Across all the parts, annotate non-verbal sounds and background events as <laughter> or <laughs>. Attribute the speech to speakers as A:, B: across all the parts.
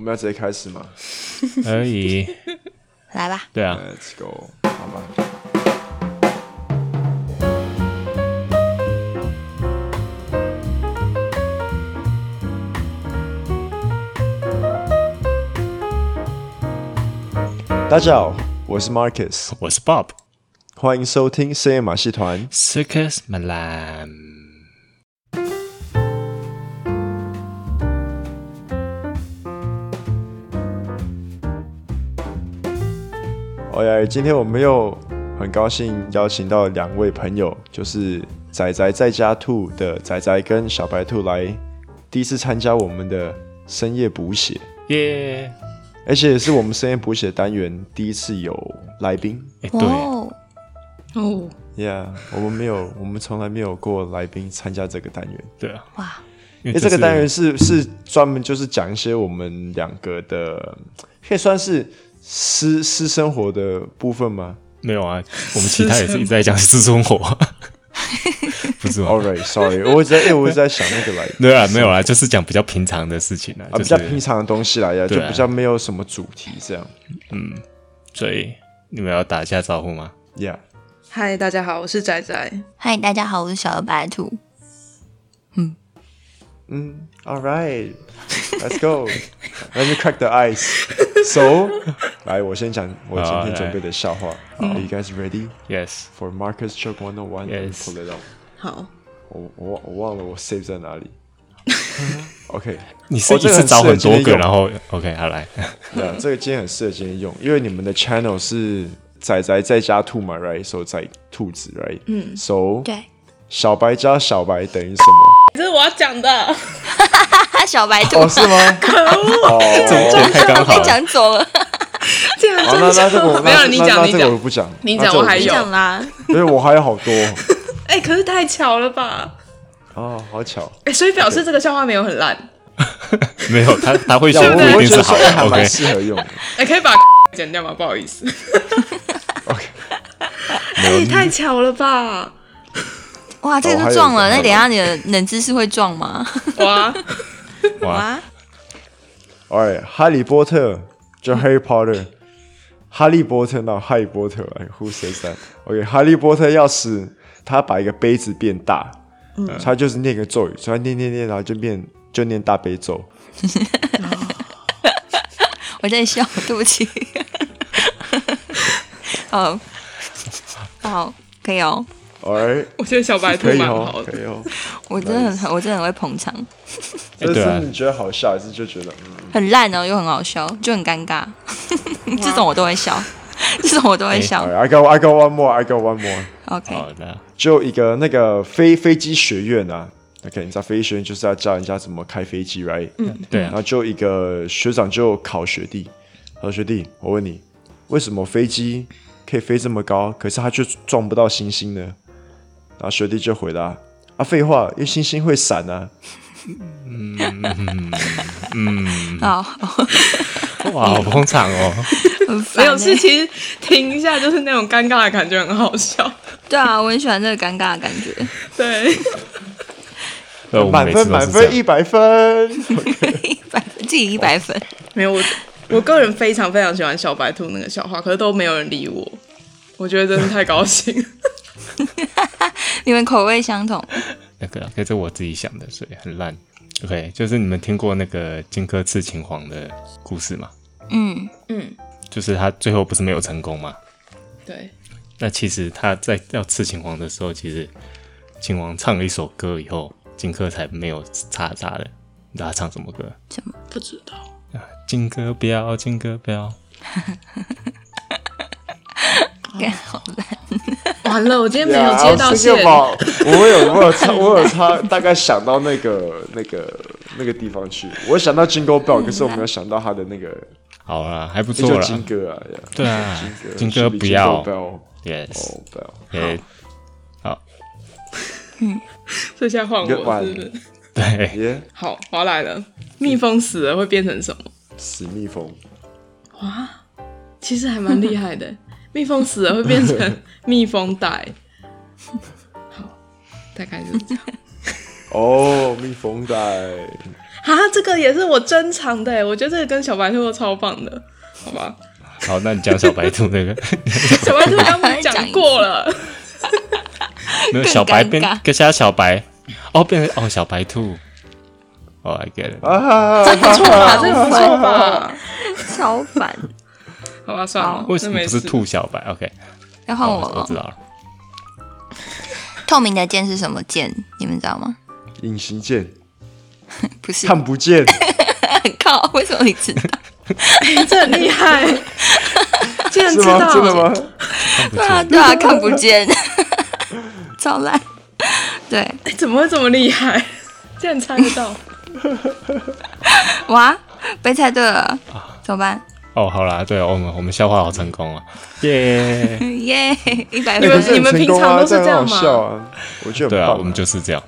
A: 们要直接开始吗
B: 而
C: <laughs>
B: 已。
C: 来吧，
B: 对啊，
A: ？Let's go，好吧。大家好，我是 Marcus，
B: 我是 Bob
A: 欢迎收听深夜马戏团。
B: Circus Malam。
A: 哎呀，今天我们又很高兴邀请到两位朋友，就是仔仔在家兔的仔仔跟小白兔来第一次参加我们的深夜补血，
B: 耶！
A: 而且也是我们深夜补血单元第一次有来宾。
B: 哎，
C: 哇
B: 对，
C: 哦，
D: 哦，
A: Yeah，我们没有，我们从来没有过来宾参加这个单元。
B: 对啊，
C: 哇，
A: 因
B: 因为
A: 为这个
B: 是
A: 单元是是专门就是讲一些我们两个的，可以算是私私生活的部分吗
B: 没有啊，我们其他也是一直在讲私生活，
A: <laughs>
B: 不是吗？
A: ？All right，sorry，我一直在，因为我一直在想那个来宾。
B: 对啊，没有啊，就是讲比较平常的事情啊，
A: 啊，
B: 就
A: 比较平
B: 是
A: 常的东西来呀，就
B: 对啊
A: 比较没有什么主题这样。
B: 所以你们要打一下招呼吗？
A: Yeah，
D: 嗨，大家好，我是仔仔。
C: 嗨，大家好，我是小白兔。
A: 嗯，All right，let's <laughs> go，let me crack the ice。So，来， <laughs> 我先讲我今天准备的笑话。Are
B: 嗯
A: you guys ready
B: Yes，
A: for Marcus Chuck One O One and
B: Yes.
A: pull it up？
D: 好，
A: 我我忘我忘了我 save 在哪里。OK，
B: 你是
A: 哦
B: 一
A: 这个
B: 次找很多
A: 很适合今天
B: 个，
A: 用
B: 然后 OK，好
C: <laughs>
B: 来，
A: 那这个今天很适合今天用，因为你们的 channel 是仔仔在家兔嘛，right？So 仔兔子，right？嗯，So
C: 对，
A: 小白加小白等于什么？
D: 这是我要讲的。
C: 啊，小白兔
A: 哦，是
D: <laughs>
A: 吗？哦，
B: 这太
C: <laughs>
B: 刚好
C: 被
B: 了，
C: 讲走了，
D: 这样 <laughs>
A: 好，那那这个我
D: 没有
A: 那
D: 你
A: 那
D: 讲
A: 那
D: 你
A: 这个
D: 讲
A: 我不讲，
D: 你
A: 那
D: 讲
A: 这个
D: 我还
A: 不
D: 有
A: 讲
C: 讲啦，
A: 因为我还有好多哦
D: 哎、可是太巧了吧？
A: 哦，好巧。
D: 哎、所以表示这个笑话没有很烂。
B: 没有他他会
A: 要
B: 选
A: 我
B: 不
A: 我
B: 一定
A: 觉
B: 是
A: 得
B: 好
A: 这
B: 的
A: 个还
B: ，OK
A: 蛮。适合用的。
D: 哎、可以把 <laughs> 剪掉吗？不好意思。 <laughs> 哎、太巧了吧？
C: 哇，这
A: 哦
C: 个
A: 还有
C: 就撞了。
A: 一个
C: 那等一下你的冷知识会撞吗？ <laughs>
D: 哇，
B: 哇，
C: 哇，
A: 哎，哈利波特就 Harry Potter，哈利波特那哈利波特哎，Who says that？OK，哈利波特要死，他把一个杯子变大，
D: 嗯
A: 他就是念个咒语，所以他念念念，然后就变就念大悲咒。
C: 我在笑，对不起。 <laughs> 好，好，可以哦。
A: 哎，
D: 我觉得小白兔
A: 可以
D: 蛮
A: 哦
D: 好，的。
A: 可以哦。
C: 我真的很，我真的很会捧场，
A: 这
B: 哎对
A: 是
B: 啊
A: 你觉得好笑，还是就觉得嗯？
C: 很烂哦，又很好笑，就很尴尬。这种我都会笑，这种我都会笑
A: All。right, I got I got one more, I got one more。
C: OK，
B: 好的，
A: 就一个那个飞飞机学院啊，OK，你知道飞机学院就是要教人家怎么开飞机，right？嗯，
B: 对啊
A: 然后就一个学长就考学弟，他说学弟，我问你，为什么飞机可以飞这么高，可是它却撞不到星星呢？然后学弟就回答。啊，废话，因为星星会闪啊！嗯
C: 好，
B: 哇，好捧场
A: <laughs>
B: 哦。
C: 很烦
D: 没有，
C: 欸
D: 是其实停一下就是那种尴尬的感觉，很好笑。 <laughs>
C: 对啊，我很喜欢这个尴尬的感觉。 <laughs>
D: 对，
B: 呃，我们
A: 满
B: 每次
A: 分
B: 都
A: 满
B: 是这
A: 分
B: 样。
A: 一百分，
C: 一百分，自己一百分。
D: 没有我，我个人非常非常喜欢小白兔那个笑话，可是都没有人理我。我觉得真的太高兴了。
C: 你们口味相同，
B: 那个，可是我自己想的，所以很烂。OK，就是你们听过那个荆轲刺秦皇的故事吗？
C: 嗯，
B: 就是他最后不是没有成功吗？
D: <laughs> 对，
B: 那其实他在要刺秦皇的时候，其实秦皇唱了一首歌以后，荆轲才没有叉叉的。你知道他唱什么歌？
D: 不知道。
B: 荆轲标，荆轲标。
D: 完了，我今天没有
A: Yeah, 啊
D: 接到
A: I was
D: 线
A: thinking。about-
D: <laughs>
A: 我有我有差我有差，大概想到那个那个那个地方去。我想到 Jingle Bell，可是我没有想到他的那个
B: 好啦，还不
A: 那
B: 错
A: 叫
B: 啦。
A: 金哥啊，yeah，
B: 对啊，荆
A: 是
B: 轲
A: 比
B: 不要
A: Jingle。Bell
B: Yes，
A: 哦 Bell，
B: 也
D: 所以现在换
A: 你就
D: 我
A: 完
D: 是不是？
B: 对，
A: 耶，
D: 好，我要来了。蜜蜂死了会变成什么？
A: 死蜜蜂，
D: 其实还蛮厉 <laughs> 害的。蜜蜂死了会变成蜜蜂袋。好，大概就是这样。
A: 哦，蜜蜂袋，
D: 哈，这个也是我珍藏的耶，欸我觉得这个跟小白兔都超棒的，好吧？
B: 好，那你讲小白兔那个，
D: 小白兔刚刚讲过 <laughs> 了，
B: 没有
C: 更
B: 小白
C: 尴
B: 变
C: 尬
B: 跟现在小白，哦，变成哦小白兔，哦、I get it，
A: 啊，
D: 不错
C: <laughs>
D: 吧？这个不错吧？
C: 超烦。
D: 好吧，算了，
B: 为什
D: 那
B: 么
D: 没
B: 不是
D: 事。
B: 兔小白？OK，
C: 要换
B: 好，
C: 我
B: 我我
C: 了
B: 知。道了，
C: 透明的剑是什么剑？你们知道吗？
A: 隐形剑
C: 不是，
A: 看不
D: <laughs>
A: 见，
C: <laughs> 靠！为什么你知道？
D: 这很厉害，竟然
A: 是
D: 知
A: 吗？
D: 道，
A: 真的吗？
B: 看不
C: 对啊，
B: 见，
C: 对啊，看不见， <laughs> 超烂。对，
D: 哎怎么会这么厉害？竟然猜得到，
C: 哇，被猜对了，怎么办？
B: 哦，好啦，对我们我们笑话好成功啊，耶、
C: 耶，一百
D: 你们
A: 可是很
D: 你们
A: 成功
D: 平常
A: 啊
D: 都是
A: 这
D: 这样
A: 样很
D: 吗
A: 好笑啊，我觉得
B: 对
A: 很
B: 啊，
A: 棒。
B: 我们就是这样，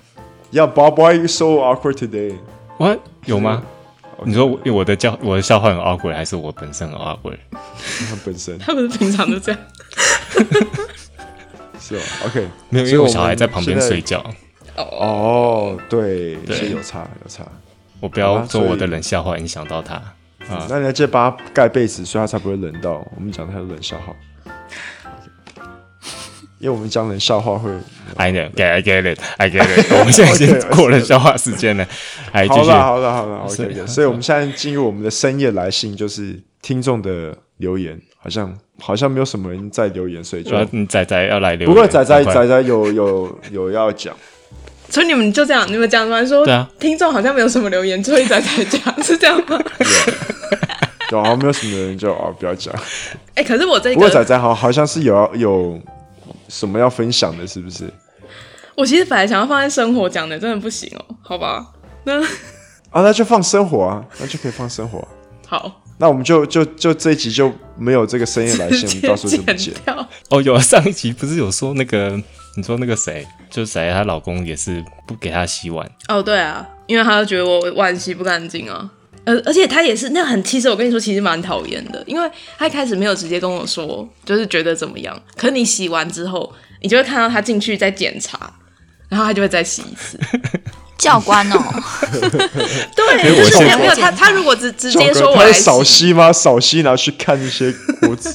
A: Yeah, Bob, why are you so awkward today? 哦
B: 我有吗？
A: 啊
B: 你说我我的教我的笑话很 awkward，还是我本身很 awkward？
A: 他本身
D: <laughs> 他不是平常都这样。
A: 是哦，OK，
B: 没有，因
A: 所以
B: 为
A: 我
B: 我
A: 们
B: 小孩在旁边
A: 现在
B: 睡觉，
A: 哦，对，是有差有差。
B: 我不
A: 好
B: 要
A: 吧
B: 做
A: 所以
B: 我的冷笑话影响到他。啊
A: 那你要记得把它盖被子，所以它才不会冷到。我们讲它冷笑
B: <laughs>
A: 话，因为我们讲冷笑话会
B: I know, get, I get it, I get it 。我们现在已
A: <laughs>
B: 经
A: Okay，
B: 过了消化时间了，来哎继
A: 好
B: 续。
A: 了好了好
B: <laughs>
A: 了，OK
B: 是
A: OK。所以我们现在进入我们的深夜来信，就是听众的留言，好像好像没有什么人在留言，所以就
B: 主要你仔仔要来啊留言，
A: 不过仔仔
B: 快
A: 仔仔有有有要讲，
D: 所以你们就这样，你们讲完说，
B: 对啊
D: 听众好像没有什么留言，所以仔仔讲是这样
A: <laughs>
D: 吗？
A: 就好像没有什么人就哦不要
B: <laughs>
A: 讲。
D: 哎、可是我这
A: 不过仔
D: 个，
A: 仔好好像是有要有什么要分享的，是不是？
D: 我其实本来想要放在生活讲的，真的不行哦，好吧？那
A: 啊，那就放生活啊，那就可以放生活啊、
D: 好，
A: 那我们就就就这一集就没有这个深夜来信，我
D: 直
A: 们
D: 接
A: 到时候就不
D: 剪 <laughs>
A: 见。
D: 掉。
B: 哦，有啊 <laughs> 上一集不是有说那个，你说那个谁，就是仔仔她老公也是不给她洗碗，
D: 哦，对啊，因为他觉得我惋惜不干净啊。而而且他也是那很，其实我跟你说，其实蛮讨厌的，因为他一开始没有直接跟我说，就是觉得怎么样。可你洗完之后，你就会看到他进去再检查，然后他就会再洗一次。
C: 教官哦，
A: 哎
D: 对，
B: 我
D: 就是
B: 现
D: 没
B: 在
D: 有没有他，他如果直直接
A: 就
D: 说我
A: 他
D: 来
A: 会
D: 洗
A: 扫息吗？扫息拿去看一些国
D: <laughs>
A: 字，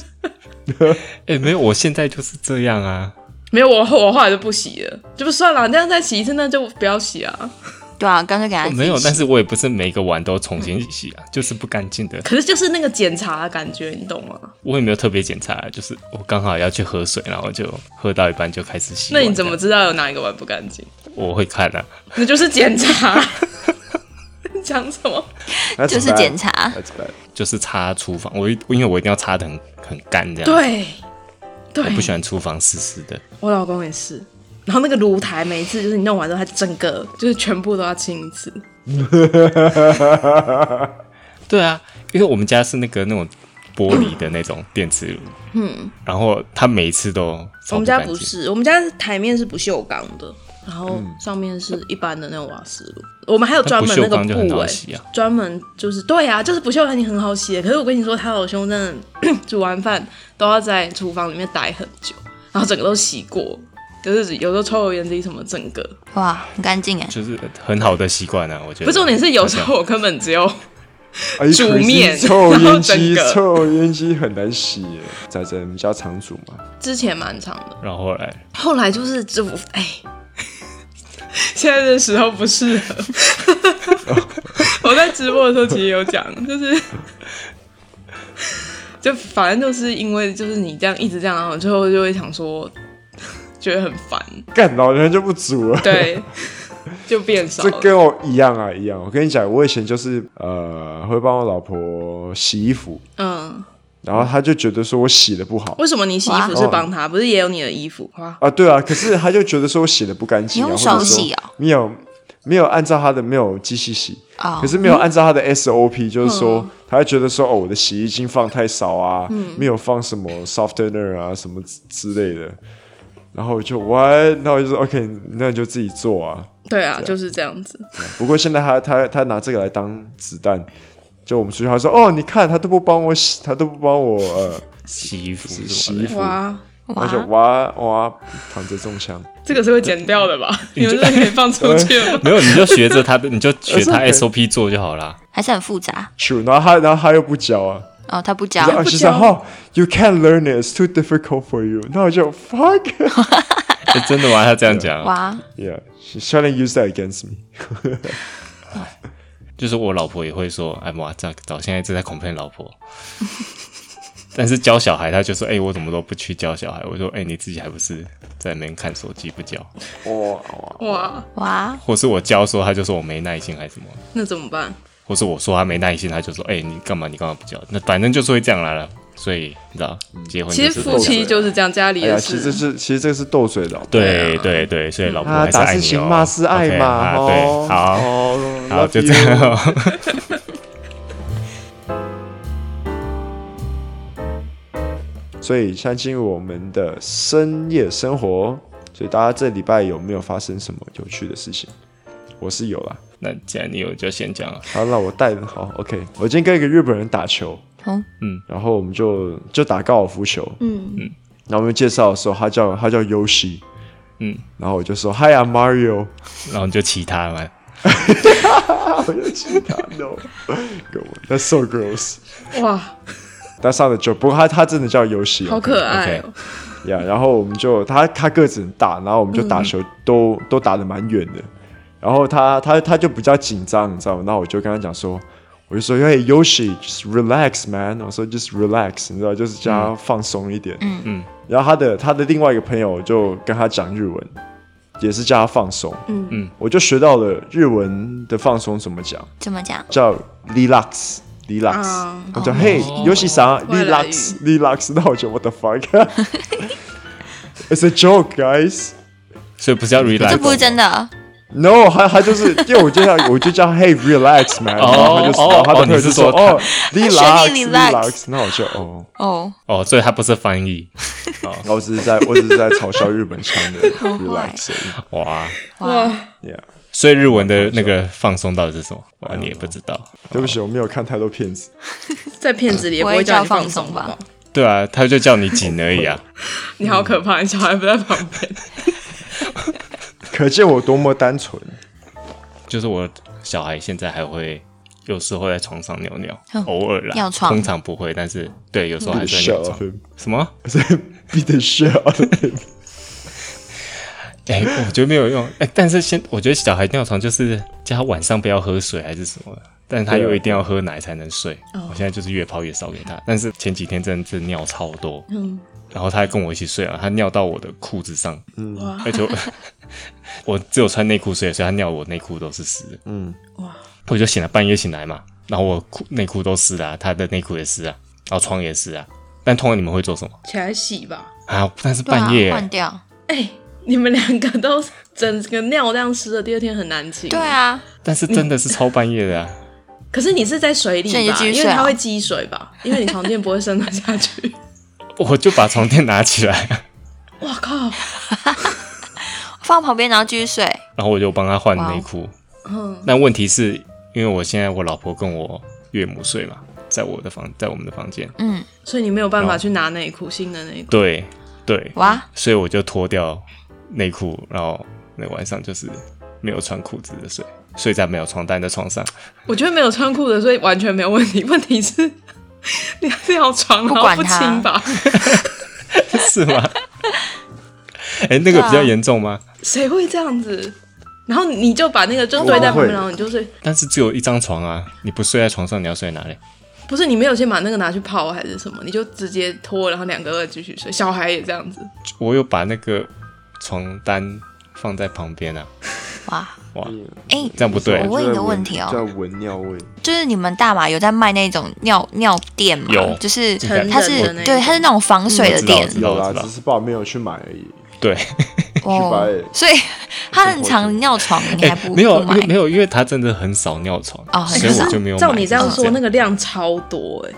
B: 哎、没有，我现在就是这样
D: <laughs>
B: 啊。
D: 没有，我我后来就不洗了，就不算了。这样再洗一次，那就不要洗啊。
C: 对啊，干脆给他
B: 哦没有，
C: 自己
B: 但是我也不是每个碗都重新洗啊，就是不干净的。
D: 可是就是那个检查的感觉，你懂吗？ <laughs>
B: 我也没有特别检查，就是我刚好要去喝水，然后就喝到一半就开始洗
D: 那
B: 碗。
D: 你怎么
B: 这
D: 知道有哪一个碗不干 <laughs> 净？
B: 样？我会看啊，
D: 那就是检查。 <laughs> 你讲什么？
A: That's
C: 就是
A: bad.
C: 检查
A: That's bad.
B: 就是擦厨房，我一因为我一定要擦的很很干这样。，
D: 对，对
B: 我，不喜欢厨房湿湿的。
D: 我老公也是。然后那个炉台，每一次就是你弄完之后，他整个就是全部都要清一次。
B: 对啊，因为我们家是那个那种玻璃的那种电磁炉，嗯，然后它每一次都超
D: 我们
B: 干
D: 家
B: 净
D: 不，是，我们家台面是不锈钢的，然后上面是一般的那种瓦斯炉。我们还有专门那
B: 那不锈
D: 个
B: 钢就很
D: 布
B: 好
D: 哎、
B: 洗啊
D: 专门就是对啊，就是不锈钢你很好洗、可是我跟你说，他老兄真的 <coughs> 煮完饭都要在厨房里面待很久，然后整个都洗过，就是有时候抽油烟机什么整个。
C: 哇，很干净哎，
B: 就是很好的习惯啊，我觉得。
D: 不是重点是，有时候我根本只有
A: Are you
D: 煮
A: crazy？
D: 面
A: 哎 <laughs> 抽油
D: 然后
A: 烟机，
D: 整个
A: 抽油烟机很难洗耶。仔仔，你们家常煮吗？
D: 之前蛮长的，
B: 然后后来
D: 后来就是就哎， <laughs> 现在的时候不适合。 <laughs> 我在直播的时候其实有讲，就是就反正就是因为就是你这样一直这样，然后最后就会想说，觉得很烦，
A: 干老人就不煮了。
D: 对，就变少
A: 这
D: 了。
A: 跟我一样啊，一样。我跟你讲，我以前就是呃，会帮我老婆洗衣服，
D: 嗯，
A: 然后她就觉得说我洗的不好
D: 为什么你洗衣服是帮他，不是也有你的衣服哇？
A: 啊，对啊，可是她就觉得说我洗的不干净、啊，
C: 你用
A: 或者
C: 手
A: 说
C: 洗哦
A: 没有没有按照她的没有机器洗，
C: 哦
A: 可是没有按照她的 SOP，就是说她会觉得说哦，我的洗衣精放太少啊，
C: 嗯
A: 没有放什么 softener 啊什么之之类的，然后我就 what，那我就说 OK，那你就自己做啊。
D: 对啊，就是这样子。
A: 不过现在他他他拿这个来当子弹，就我们出去，他说：“哦，你看他都不帮我洗，他都不帮我呃
B: 洗衣服什么
A: 洗
B: 的
A: 衣服。
D: 哇，
A: 而且哇哇躺着中枪，
D: 这个是会剪掉的吧？你们这可以放出去
B: <laughs>
D: 了吗？
B: 没有，你就学着他的，你
D: <laughs>
B: 就学他 SOP 做就好啦。
C: 还是很复杂
A: 咻，然后他然后他又不教啊，
C: 哦。他不教，
A: 然后
D: 不
A: 就说
D: 教
A: 哦，You can't learn it, it's too difficult for you。那我就 fuck <laughs>
B: 诶哎真的吗？他这样讲啊，
C: 哇，
A: yeah, she's trying to use that against me。
B: 就是我老婆也会说，哎妈，这样早现在正在 complain 老婆。 <laughs> 但是教小孩，他就说：“哎、我怎么都不去教小孩？”我说：“哎、你自己还不是在那边看手机不教？
A: 哇，
D: 哇，
C: 哇，
B: 或是我教的时候，他就说我没耐心还是什么？
D: 那怎么办？
B: 或是我说他没耐心，他就说：“哎、你干嘛？你干嘛不教？”那反正就是会这样来了。所以你知道，结婚
D: 其
B: 就
D: 实
B: 是
D: 夫妻就是这样，家里
A: 哎呀，
D: 也
A: 其实这
D: 是。
A: 是其实这个是斗嘴的哦。
B: 对对对，所以老婆
A: 啊，
B: 还是
A: 打
B: 爱
A: 是
B: 你
A: 情，
B: 哦。
A: 骂是爱
B: OK，
A: 嘛。
B: 啊
A: 哦
B: 对，好，
A: 哦
B: 好，
A: love
B: 就这样 <laughs>
A: you
B: 哦。
A: 所以现在进入我们的深夜生活，所以大家这礼拜有没有发生什么有趣的事情？我是有啦。
B: 那既然你有，就先讲啊。
A: 好，那我带着好，OK。我今天跟一个日本人打球，
C: 哦，
B: 嗯，
A: 然后我们就就打高尔夫球，嗯嗯。然后我们介绍的时候，他叫他叫 Yoshi，
B: 嗯，
A: 然后我就说 Hi I'm Mario， <laughs>
B: 然后你就骑他嘛。
A: 我就记他 No，给 <laughs> 我 That's so gross。
D: 哇，
A: 但上的就不过他他真的叫啊 Yoshi，
D: 好可爱哦！
A: 呀然后我们就他他个子很大，然后我们就打球都、都打得蛮远的，然后他他他就比较紧张，你知道吗？然后我就跟他讲说，我就说，Hey Yoshi，just relax man，我说 just relax，你知道，就是叫他放松一点。嗯嗯。然后他的他的另外一个朋友就跟他讲日文，也是叫他放松。嗯嗯。我就学到了日文的放松怎么讲，
C: 怎么讲？
A: 叫 relax。relax，、
D: 啊
C: 嗯
A: 我讲 Hey
B: 哦
A: Yoshi 啥
C: 哦
D: 外来语
A: relax relax，那我就 What the <laughs> fuck？It's a joke, guys.
B: 所以不是要 relax，
C: 嗯这不是真的，
A: No，他他就是，因为我就叫我就叫 Hey relax man，然后他就知
B: 哦
A: 道他的朋友就说
B: 哦
A: 哦
C: 他哎
A: relax
C: 学你 relax
A: relax，那我就哦，
C: 哦，
B: 哦，所以他不是翻译。
A: 然后我只是在我只是在嘲笑日本腔的
C: 坏
A: relax 而
B: 哇，
D: 哇，
A: 已，Yeah，
B: 所以日文的那个放松到底是什么？哇，你也不知道。
A: 对不起，我没有看太多片子，
D: 在片子里也
C: 不
D: 不
C: 会
D: 会叫
C: 叫
D: 你放
C: 放松
D: 松
C: 吧？？
B: 对啊，他就叫你紧而已啊。
D: 你好可怕，你小孩不在旁边。
A: 可见我多么单纯。
B: 就是我小孩现在还会，有时候在床上尿尿
C: 哦，
B: 偶尔啦
C: 尿，床
B: 通常不会，但是对，有时候
A: Be
B: 还
A: the
B: 是会
A: shit
B: 尿
A: of
B: 床。
A: him， <laughs>
B: 什么？
A: be the shit of him。
B: <laughs> 哎、我觉得没有用。哎、但是先，我觉得小孩尿床就是叫他晚上不要喝水还是什么的，但是他又一定要喝奶才能睡。我现在就是越泡越少给他，但是前几天真的是尿超多，嗯，然后他还跟我一起睡啊，他尿到我的裤子上，嗯，而且我我只有穿内裤睡，所以他尿我内裤都是湿的，嗯，哇，我就醒来半夜醒来嘛，然后我裤内裤都湿了啊、他的内裤也湿啊，然后床也湿啊，但通常你们会做什么
D: 起来洗吧。
B: 啊？但是
C: 对啊
B: 半夜、，
C: 换掉，
D: 哎，你们两个都整个尿量湿了，第二天很难清。
C: 对啊，
B: 但是真的是超半夜的啊。
D: 可是你是在水里
C: 所以你
D: 吧
C: 就？继续
D: 因为
C: 睡啊
D: 它会积水吧？因为你床垫不会伸得下 <laughs> 去。
B: 我就把床垫拿起来， <laughs>
D: 哇靠！
C: 放旁边然后继续睡，
B: 然后我就帮他换内裤。嗯，但问题是因为我现在我老婆跟我岳母睡嘛，在我的房，在我们的房间。
C: 嗯，
D: 所以你没有办法去拿内裤，新的内裤。
B: 对对，
C: 哇，
B: 所以我就脱掉内裤，然后那晚上就是没有穿裤子的睡，睡在没有床单的床上。 <laughs>
D: 我觉得没有穿裤的，所以完全没有问题。问题是 <laughs> 你尿床
C: 不
D: 然后
C: 管
D: 不
C: 它
D: 清吧？
B: 是吗？哎、那个比较严重吗？
D: 谁会这样子？然后你就把那个就堆在旁
A: 我不会
D: 边，然后你就睡。
B: 但是只有一张床啊，你不睡在床上，你要睡哪里？
D: 不是你没有先把那个拿去泡还是什么？你就直接脱，然后两个人继续睡。小孩也这样子，
B: 我有把那个床单放在旁边啊，
C: 哇，
B: 哇，
C: 哎，
B: 这样不对啊
C: 我。问一个问题哦
A: 在闻尿味，
C: 就是你们大马有在卖那种尿尿垫吗？
B: 有
C: 就是
B: 成人
C: 它
D: 的
C: 是
D: 那
C: 对，
D: 种
C: 它是那种防水的
B: 嗯
C: 垫
B: 知道
A: 有
B: 我
A: 啦，
B: 知道
A: 只是爸没有去买而已。
B: 对，
C: 哦
A: 去，
C: 所以它很常尿床，你还
B: 哎
C: 不
B: 没有，
C: 不
B: 因为
C: 买
B: 没有，因为他真的很少尿床，
C: 哦
B: 所以
C: 可
B: 我
C: 是
B: 就没有买。
D: 哎照你这样
B: 就是
D: 说，那个量超多哎、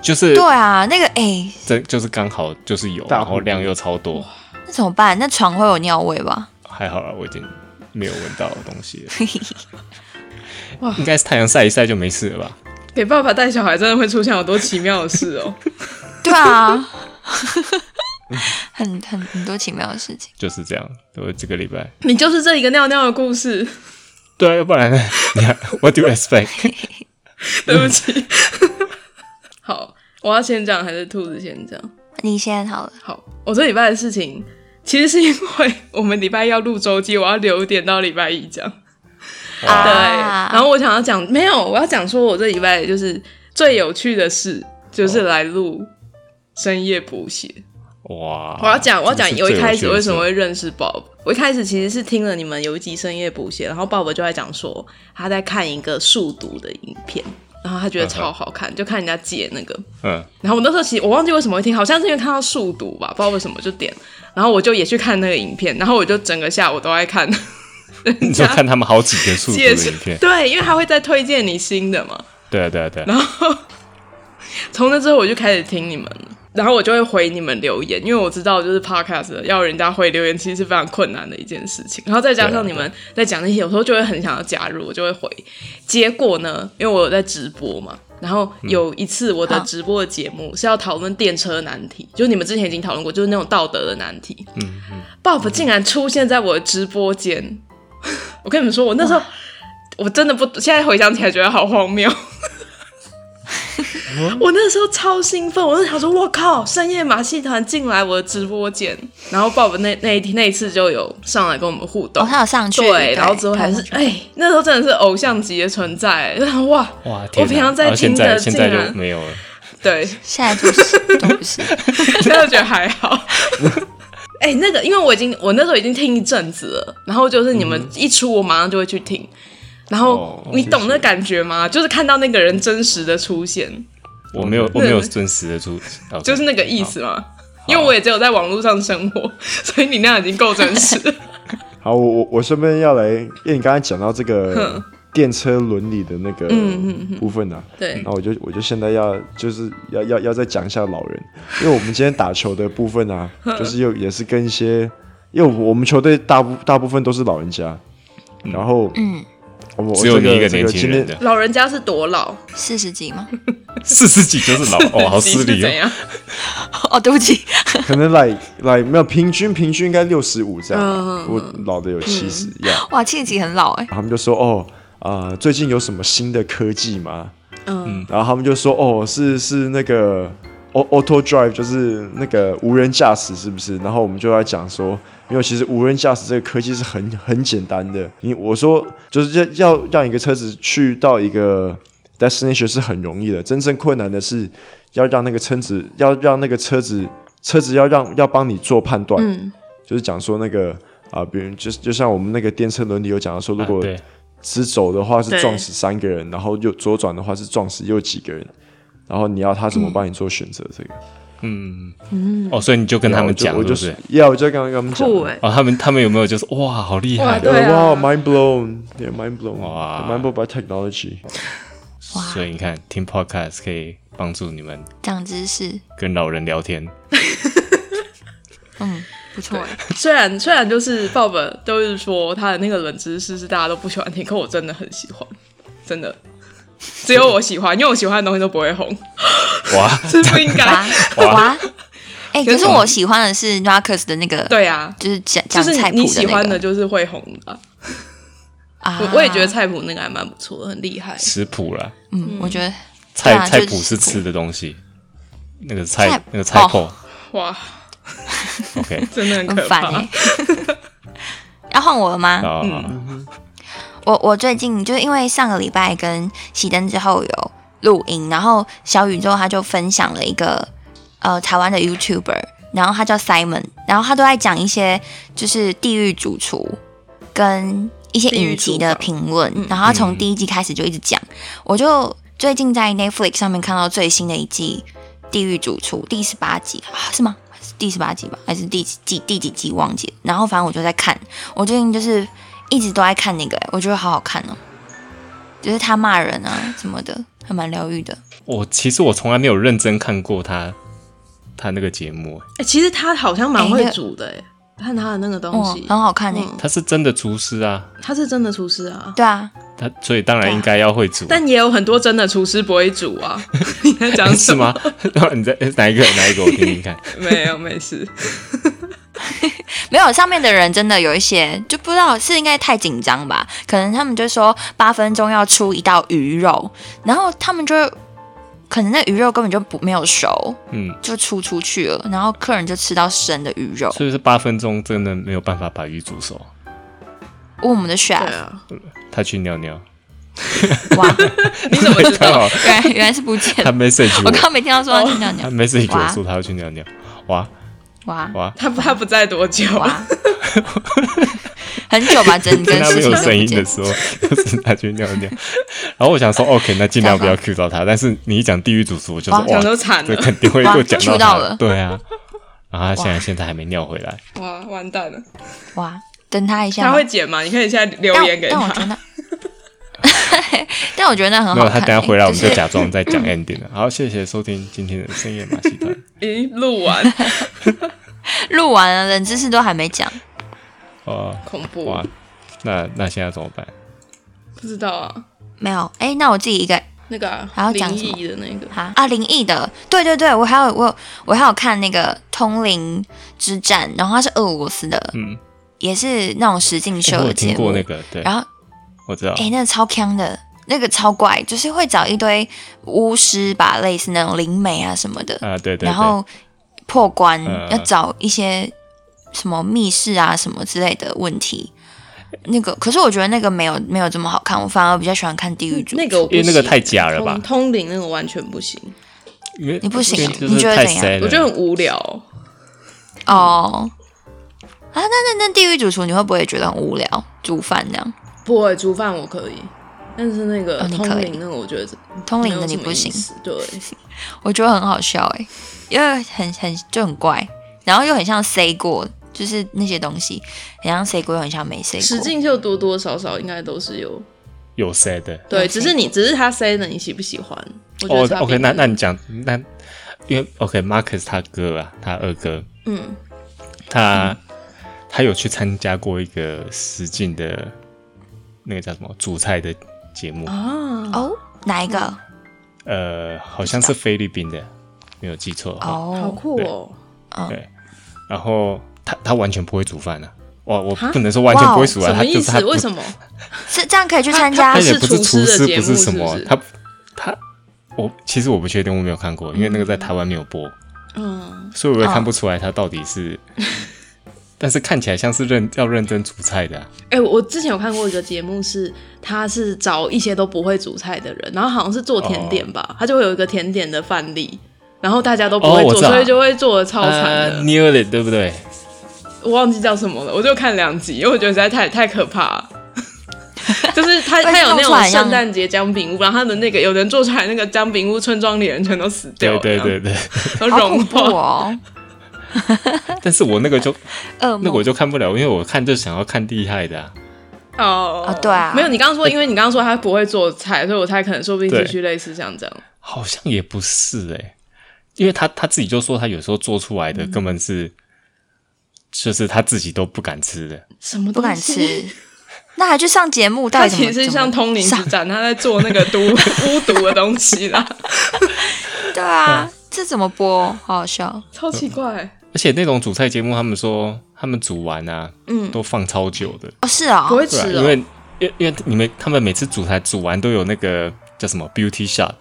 B: 就是
C: 对啊，那个哎，
B: 这就是刚好就是有，
A: 大
B: 然
A: 户
B: 后量又超多，
C: 那怎么办？那床会有尿味吧？
B: 还好啦，我已经没有闻到东
D: <laughs>
B: 西
C: 嘿嘿
B: 了。应该是太阳晒一晒就没事了吧？
D: 给爸爸带小孩真的会出现好多奇妙的事哦。
C: 对啊，啊 <laughs> 很很很多奇妙的事情。
B: 就是这样。我这个礼拜，
D: <laughs> 你就是这一个尿尿的故 <laughs> 事。
B: 对啊，要不然呢 <laughs> 你看 What do you expect？
D: 对不起。 <laughs> 好，我要先讲还是兔子先讲？
C: 你先好了，
D: 好，我这礼拜的事情其实是因为我们礼拜一要录周记，我要留一点到礼拜一讲。
B: 哇
D: 对，
C: 啊
D: 然后我想要讲，没有，我要讲说我这礼拜就是最有趣的事，就是来录深夜补血。
B: 哇！
D: 我要讲，我要讲，
B: 这是
D: 我一
B: 最
D: 开
B: 有趣
D: 始
B: 哦的
D: 为什么
B: 事
D: 会认识 Bob？我一开始其实是听了你们有一集深夜补血，然后 Bob 就在讲说他在看一个数独的影片，然后他觉得超好看，就看人家解那个。
B: 嗯，
D: 然后我那时候其实我忘记为什么会听，好像是因为看到数独吧，不知道为什么就点，然后我就也去看那个影片，然后我就整个下午都在看 <laughs> 人
B: 你就
D: 家
B: 看他们好几个数字
D: 解
B: 的
D: 释
B: 影片，
D: 对，因为他会再推荐你新的嘛。
B: 对啊，对啊，对啊，
D: 然后从那之后我就开始听你们了，然后我就会回你们留言，因为我知道就是 podcast 要人家回留言其实是非常困难的一件事情。然后再加
B: 对啊
D: 上你们在讲那些，有时候就会很想要加入，我就会回。结果呢，因为我有在直播嘛。然后有一次我的
C: 好
D: 直播的节目是要讨论电车难题，就是你们之前已经讨论过，就是那种道德的难题。
B: 嗯嗯，
D: Bob 竟然出现在我的直播间， <laughs> 我跟你们说，我那时候我真的不，现在回想起来觉得好荒谬。
C: 嗯
D: 我那时候超兴奋，我就想说，我靠，深夜马戏团进来我的直播间，然后 Bob 那那一天那一次就有上来跟我们互动，
C: 哦，他有上去，
D: 对，然后之后还是
C: 他有上去
D: 哎、那时候真的是偶像级的存在， <laughs> 就想哇，
B: 哇！天
D: 我
B: 哪
D: 平常在
B: 然后
D: 听
B: 现
D: 的
B: 在现
D: 竟
B: 在
D: 然
B: 就没有了，
D: 对，
C: 现在就是都不是，
D: <laughs> 真的觉得还好。 <laughs> 哎、那个，因为我已经我那时候已经听一阵子了，然后就是你们一出，我马上就会去听。然后
A: 哦
D: 你
A: 谢
D: 懂那
A: 谢
D: 感觉吗？就是看到那个人真实的出现，
B: 我没有我没有真实的出，OK
D: 就是那个意思嘛。因为我也只有在网络上生活， <laughs> 所以你那样已经够真 <laughs> 实。
A: 好，我我我顺便要来，因为你刚才讲到这
C: <laughs>
A: 个
D: 哼
A: 电车伦理的那个
D: 嗯
A: 部分啊，
D: 对
A: 那我就我就现在要就是要要要再讲一下老人，因为我们今天打球的部分
C: <laughs>
A: 啊，就是又也是跟一些，因为我们球队大部大部分都是老人家，然后
C: 嗯，
A: 我们
B: 只有
A: 这个
B: 你一个
A: 这
B: 年轻
A: 今
B: 人
A: 天
B: 的，
D: 老人家是多老？
C: 四十几吗？
B: 四十几就是老
A: <laughs>
D: <laughs>
B: 哦，好失
D: 是
B: 礼
D: 怎
B: 哦。
D: 样？
C: 哦，对不起，
A: 可能来来没有平均平均应该六十五这样
D: 嗯
A: 啊，我老的有七
C: 嗯
A: 十样，
C: 哇，七十几很老哎，
A: 然后他们就说哦啊、最近有什么新的科技吗？
D: 嗯，
A: 然后他们就说哦是是那个 au- auto drive 就是那个无人驾驶是不是？然后我们就在讲说，因为其实无人驾驶这个科技是很很简单的，你我说就是要要让一个车子去到一个 destination 是很容易的，真正困难的是要让那个车子要让那个车子车子要让要帮你做判断，就是讲说那个。啊，比如就就像我们那个电车伦理有讲到说，如
B: 啊
A: 果
B: 对，
A: 直走的话
D: 对
A: 是撞死三个人，然后右左转的话是撞死又几个人，然后你要他怎么帮你做选择？这个
B: 嗯嗯，哦，所以你就跟他们讲，
A: 我
B: 对
A: 就
B: 不
A: 是
B: 对？
A: ，Yeah，我就刚刚跟他们讲
D: 酷哎、
B: 哦，他们他们有没有就是哇，好厉害
D: 哇
B: 哦！
D: 对啊
A: 哇，mind blown，yeah mind blown，
B: 哇
A: mind blown by technology，
B: 所以你看，听 podcast 可以帮助你们
C: 长知识，
B: 跟老人
A: <laughs>
B: 聊天，
C: 嗯，不错哎，
D: 虽然虽然就是 Bob 都是说他的那个冷知识是大家都不喜欢听，可我真的很喜欢，真的。只有我喜欢，因为我喜欢的东西都不会红，
B: 哇
D: <laughs> 是不应
C: 哇 <laughs>
D: 该。
C: 哇，哎，可是我喜欢的是 Narcos 的那个，，
D: 对啊，
C: 就是讲
D: 就
C: 讲
D: 是
C: 菜谱
D: 你你喜
C: 那
D: 欢的
C: 个
D: 就是会红的啊、
C: 啊
D: 我我也觉得，菜谱那个还蛮不错的，很
C: <laughs>
D: 厉害。
B: 食谱啦，
C: 嗯，我觉得对
B: 菜
C: 啊
B: 菜
C: 就是
B: 谱是吃的东西，那个
C: 菜
B: 菜那个菜谱
D: 哇，
B: ，OK
D: <laughs> 真的很
C: 很
D: 可
C: 烦
D: 怕。 <laughs>
C: 哎。 <laughs> 要换我了吗？
B: 啊，
C: 我我最近就是因为上个礼拜跟喜登之后有录音，然后小宇宙他就分享了一个呃台湾的 YouTuber，然后他叫 Simon，然后他都在讲一些就是地狱主厨跟一些影集的评论，然后他从第一季开始就一直讲，我就最近在 Netflix 上面看到最新的一季《地狱主厨》第十八集啊，是吗？是第十八集吧，还是第几季第几集忘记了？然后反正我就在看，我最近就是一直都在看那个、欸我觉得好好看哦、就是他骂人啊什么的，还蛮疗愈的。嗯
B: 我其实我从来没有认真看过他他那个节目，欸
D: 哎、其实他好像蛮
C: 哎
D: 会
C: 那
D: 煮的哎、看他的那个东
C: 哦
D: 西，，
C: 很好看诶、
D: 嗯
B: 他是真的厨师啊，
D: 他是真的厨师啊。
C: 对啊，
B: 他所以当然应该要会煮，啊
D: 但也有很多真的厨师不会煮
C: <laughs>
D: 啊。你在讲
B: <laughs> 是
D: 什么？
B: 吗？你在哪一个哪一个我听听看。
D: 没有，没
C: <laughs>
D: 事。
C: 没有，上面的人真的有一些就不知道是应该太紧张吧，可能他们就说八分钟要出一道鱼肉，然后他们就可能那鱼肉根本就不没有熟，
B: 嗯，
C: 就出出去了，然后客人就吃到生的鱼肉。
B: 是不是八分钟真的没有办法把鱼煮熟？
C: 哦问我们的 chef，
D: 对啊，
B: 他去尿尿，
D: <laughs>
C: 哇，
D: 你怎么知
B: <laughs> 刚
D: 道？
B: 好
C: 原来原来是不见
B: 他
C: 了。
B: message
C: 我
B: 我，
C: 刚刚没听到说要去尿
B: 他
C: 尿，
B: message 我
C: 哇
B: 说他要去尿尿，哇
C: 哇
B: 哇，
D: 他不他不在多久？
C: 哇，很久吧，整
B: 在 <laughs>
C: 个
B: 他没
C: 事情
B: 有
C: 都
B: 声
C: 不
B: 音的
C: 见。
B: 时候，就是他去尿尿。然后我想
C: <laughs>
B: 说 OK，那尽量不要 cue 到他，但是你一讲地狱主厨，我就说
C: 哇
D: <laughs> 讲
B: 哇，
D: 都惨
B: 这
D: 了，
B: 肯定会
C: 哇
B: 又讲
C: cue
B: 他
C: 到了
B: 对啊。然后他现在现在还没尿回来，
D: <laughs> 哇，完蛋了！
C: 哇，等他一下吧，
D: 他会剪吗？你可以现在留
C: 但
D: 言给
C: 但我
D: 他。
C: 觉
D: <laughs>
C: 得，但我觉得那很好
B: 没
C: 看
B: 有
C: 欸。
B: 他等下回来我们
C: 就
B: 就是假装在讲 ending 了。好，谢谢收听今天的深夜马戏团，
D: 已经
C: <laughs>
D: 录完，
C: 录完了，冷知识都还没讲。
B: 哦
D: 恐怖，
B: 哇，那那现在怎么办？
D: 不知道啊。
C: 没有，哎，那我自己一个
D: 那个啊
C: 还要讲
D: 灵
C: 什么
D: 异的那个，
C: 啊啊，灵异的，对对对，我还有我有我还有看那个《通灵之战》，然后它是俄罗斯的，
B: 嗯，哎
C: 也是那种实境秀
B: 我有
C: 的
B: 听
C: 节
B: 过
C: 目。
B: 那个，哦对，
C: 然后
B: 我知道，
C: 哎、那个超强的，那个超怪，就是会找一堆巫师吧，类似那种灵媒啊什么的，
B: 啊，对对对，
C: 然后破关、
B: 嗯
C: 要找一些什么密室啊什么之类的问题。那个，可是我觉得那个没有没有这么好看，我反而比较喜欢看《地狱主》
D: 那个我不
B: 因为那个
D: 行
B: 太假了吧
D: 通通灵那个完全不行，
B: 因为
C: 你不行
B: 因为
C: 啊
B: 就
C: 你
B: 是
C: 觉得
B: 太
C: 怎样
B: 塞了，
D: 我觉得很无聊哦。
C: 哦。啊，那那那《地狱主厨》你会不会觉得很无聊？煮饭那样，
D: 不会煮饭我可以，但是那个
C: 哦你可
D: 通
C: 以
D: 灵那个，我觉得
C: 通
D: 没
C: 灵
D: 有
C: 的你
D: 什么
C: 不
D: 意
C: 行，
D: 思。对，
C: 我觉得很好笑哎、因为很很就很怪，然后又很像 C 过，就是那些东西，很像 C 过，又很像没 C
D: 实
C: 过。
D: 境秀多多少少应该都是有，
B: 有塞的。
D: 对，
C: 有
D: 只
C: 谁
D: 是你只是他 say 的你喜不喜欢？我觉
B: 哦
D: 得差别
B: ，OK，那
D: 在
B: 那你讲那，因为 OK，Marcus 他哥啊，他二哥，
D: 嗯，
B: 他、他有去参加过一个实境的，那个叫什么煮菜的节目，
D: 啊，
C: 哦，哪一个？
B: 呃，好像是菲律宾的，没有记错的话
D: 好
C: 哦，
D: 酷哦，
B: 对，然后他他完全不会煮饭啊，哇，我
D: 哈
B: 不能说完全不会煮啊，
D: 什
B: 他
D: 么
B: 就
D: 意
B: 是他
D: 思？
B: 不
D: 为什么？
C: 是这样可以去参加
B: 他
D: 他
B: 也
D: 是
B: 不是
D: 厨
B: 厨
D: 师的
B: 师，
D: 节
B: 不
D: 目
B: 是什
D: 是不
B: 么，
D: 是
B: 他他我其实我不确定，我没有看过，因为那个在台湾没有播，
D: 嗯，
B: 所以我也看不出来他到底
D: <laughs>
B: 是，但是看起来像是认要认真煮菜的啊、
D: 哎、我我之前有看过一个节目是，他是找一些都不会煮菜的人，然后好像是做甜点吧，他就会有一个甜点的范例，然后大家都不会
B: 哦哦我知
D: 做，
B: 道
D: 所以就会做的超惨的。
B: 呃 n e a r l y 对不对？
D: 我忘记叫什么了，我就看两集，因为我觉得实在太太可怕了。 <laughs> 就是他，
C: 但
D: 他
C: 是
D: 有
C: 弄
D: 那
C: 出
D: 种
C: 来一样
D: 圣诞节姜饼屋，然后他的那个有人做出来那个姜饼屋，村庄里人全都死掉
B: 对
D: 了，
B: 对对
D: <laughs>
B: 对，
D: 都
C: 好恐
D: 融
C: 怖
D: 化。
C: 哦，
B: 但是我那
D: <laughs>
B: 个就
C: 噩
B: 那个我
D: 嗯
C: 梦。
B: 就看不了，因为我看就想要看厉害的、啊，
D: 哦、
C: 啊对啊
D: 没有你刚刚说，因为你刚刚说他不会做菜，所以我猜可能说不定
B: 对
D: 是去类似像这样。
B: 好像也不是哎、因为他他自己就说他有时候做出来
D: 嗯
B: 的根本是、就是他自己都不敢吃的，
D: 什么
C: 不
D: 东
C: 敢
D: 西
C: 吃， <laughs> 那还去上节
D: <laughs>
C: 目？到
D: 他
C: 底怎
D: 其
C: 么
D: 实
C: 怎
D: 像
C: 么
D: 通灵之
C: 上
D: 战，他在做那个 <laughs> 毒巫毒的东西啦，
C: 对
B: 嗯
C: 啊，这怎么播？好好笑。
D: 超奇怪，
B: 而且那种煮菜节目，他们说他们煮完啊，
D: 嗯
B: 都放超久的，
C: 哦，是哦
D: 不，会吃
B: 对、啊，
D: 哦、
B: 因为因为因为你们他们每次煮菜煮完都有那个叫什么 beauty shot，、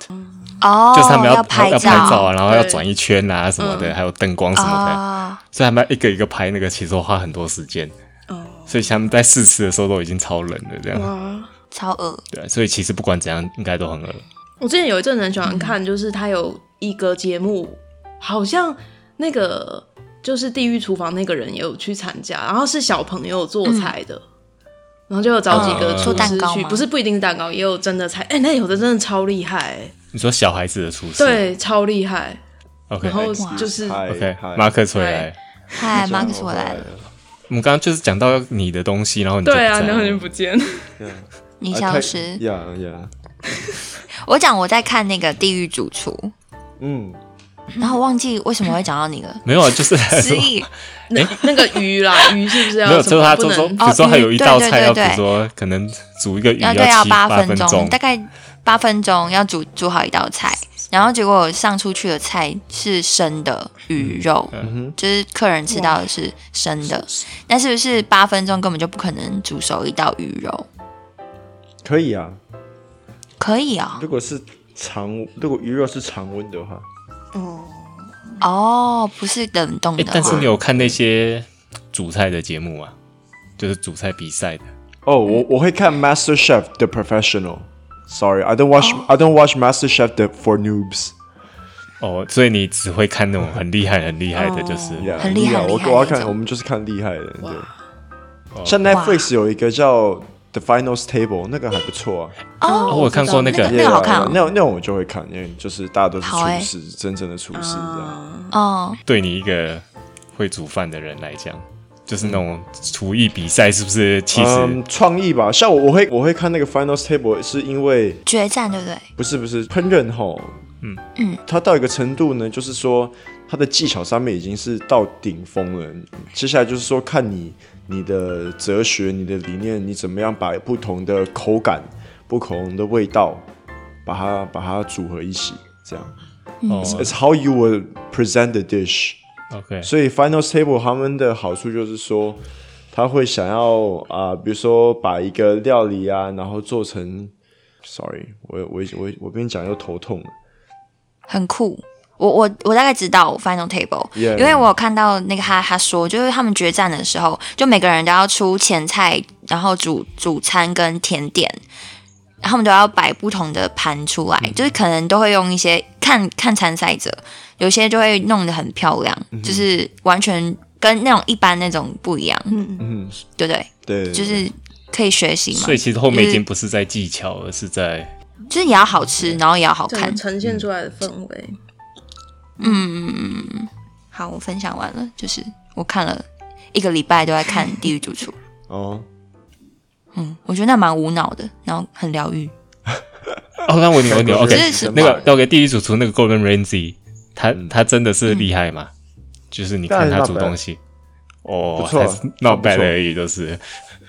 C: 哦，
B: 就是他们要
C: 拍
B: 要拍照啊，然后要
D: 对嗯
B: 转一圈啊什么的，还有灯光什么的，
C: 啊，
B: 所以他们要一个一个拍那个，其实花很多时间。
D: 哦
B: 所以他们在试吃的时候都已经超冷了，这样
D: 哇，
C: 超恶
B: 对啊，所以其实不管怎样，应该都很饿。
D: 我之前有一阵子很喜欢看，就是他有一个节目，好像那个就是《地狱厨房》那个人也有去参加，然后是小朋友做菜的。然后就有找几个
B: 嗯
D: 厨
B: 做
C: 蛋
D: 师
C: 糕
D: 去，
C: 吗
D: 不是不一定是蛋糕，也有真的菜。哎、那有的真的超厉害、哎
B: 你说小孩子的厨师，
D: 对，超厉害。
B: ，OK，
D: 然后
C: 哇
D: 就是
A: 嗨
B: OK，
A: 嗨
B: 马克回来
D: 嗨，
C: 嗨，马克思我来了，，
B: 我们刚刚就是讲到你的东西，然后你就
D: 对啊，
B: 不在
D: 然后就不见了。
C: 你
A: Uh,
C: 消失。
A: 呀呀，
C: 我讲我在看那个《地狱主厨》，
A: 嗯，
C: 然后忘记为什么会讲到你
B: <laughs>
C: 了。
B: 没有啊，就是
C: 失忆，
D: 那那个鱼
B: <laughs>
D: 啦，鱼是不是要
B: 没有，
D: 啊什
B: 就
D: 么
B: 是他
D: 不
B: 就说，
D: 能
B: 比如说
C: 哦
B: 还有一道
C: 对对
B: 菜要，比
C: 对对
B: 如说可能煮一个鱼
C: 要对，
B: 七
C: 要
B: 八
C: 分
B: 钟，
C: 大概八分钟要煮煮好一道菜，然后结果上出去的菜是生的鱼肉，
B: 嗯
C: 就是客人吃到的是生的，那是不是八分钟根本就不可能煮熟一道鱼肉？
A: 可以啊。
C: 可以啊、
A: 如果是常，如果鱼肉是常温的话，
C: 哦，不是冷冻
B: 哎、
C: 的
B: 但是
C: 话
B: 你有看那些煮菜的节目吗？就是煮菜比赛的，
A: 哦，我
C: 嗯
A: 我会看 Master Chef The Professional。Sorry, I don't watch
C: 哦
A: I don't watch Master Chef the for noobs.
B: 哦，所以你只会看那种很厉害、很厉害
D: 哦
B: 的，就是
A: Yeah,
C: 很厉害
A: yeah，
C: 很厉
A: 我
C: 害
A: 我要
C: 那
A: 看，
C: 种
A: 我们就是看厉害的。对，像 Netflix 有一个叫 The Finals Table，那个还不错啊。
C: 哦，
B: 哦我有看过那个啊
C: 那个那个好看哦
A: Yeah，那那种我就会看，因为就是大家都是
C: 好欸
A: 厨师，真正的厨师这样。
C: 哦，
B: 对你一个会煮饭的人来讲，就是那种厨艺比赛，是不是？其实、
A: 嗯，创意吧，像我我会我会看那个 Finals Table，是因为
C: 决战对不对？
A: 不是不是烹饪吼，
B: 嗯
A: 嗯，它到一个程度呢，就是说它的技巧上面已经是到顶峰了。接下来就是说看你你的哲学、你的理念，你怎么样把不同的口感、不同的味道，把它把它组合一起，这样。
B: 哦
A: It's how you will present the dish.
B: OK，
A: 所以 Final Table 他们的好处就是说，他会想要啊、比如说把一个料理啊，然后做成，sorry，我我我我边讲又头痛了。
C: 很酷。我我我大概知道 Final Table，
A: Yeah.
C: 因为我有看到那个他他说，就是他们决战的时候，就每个人都要出前菜，然后主主餐跟甜点，然后他们都要摆不同的盘出
A: 嗯
C: 来，就是可能都会用一些看看参赛者，有些就会弄得很漂亮，
A: 嗯
C: 就是完全跟那种一般那种不一样，
A: 嗯，
C: 对不对？
A: 对，
C: 就是可以学习嘛
B: 所，以其实后面
C: 就是
B: 已经不是在技巧，而是
C: <laughs>
B: 在
C: 就是也要好吃，然后也要好
D: 整个
C: 看。
D: 呈现出来的氛围？
C: 好，我分享完了，就是我看了一个礼拜都在看《地狱主厨》。
A: 哦，
C: 嗯，我觉得那蛮无脑的，然后很疗愈。
B: 哦，那我扭我 <laughs> 扭
A: 我
B: OK，
A: 觉得
C: 是
B: 那个 OK，地狱主厨那个 Golden Ramsy，他
A: 嗯
B: 他真的是厉害吗？就是你看
A: 当然
B: 他
A: not
B: 煮
A: bad
B: 东西，哦
A: 不，错
B: 还是 not
A: 不错
B: bad 而已，就是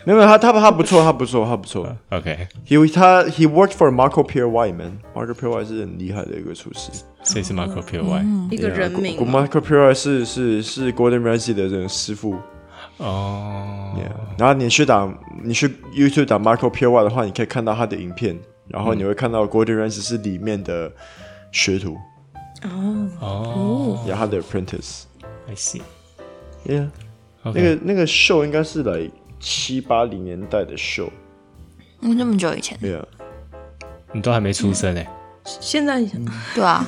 A: 没有没有他他他不错，他不错，他不
B: 嗯
A: 错。
B: OK，
A: He 他 He worked for Marco Pierre White man. Marco Pierre White 是很厉害的一个厨师。
B: 所以是 Marco Pio Y
D: 一个
A: Yeah，
D: 人
A: 古
D: 名
A: 古
D: 嘛，
A: Marco Pierre White 是是是 Gordon Ramsay 的这个师傅。
B: 哦
A: Yeah，然后你去打，你去 YouTube 打 Marco p i r o 的话，你可以看到他的影
B: 嗯
A: 片，然后你会看到 Gordon Ramsay 是里面的学徒，
B: 哦
A: 也、他的 apprentice。
B: ，I see，
A: Yeah，那
B: OK，
A: 个那个秀应该是来七八零年代的秀。
C: 嗯，那么久以前，
A: Yeah，
B: 你都还没
A: <laughs>
B: 出生哎，
D: 现在
C: 对啊，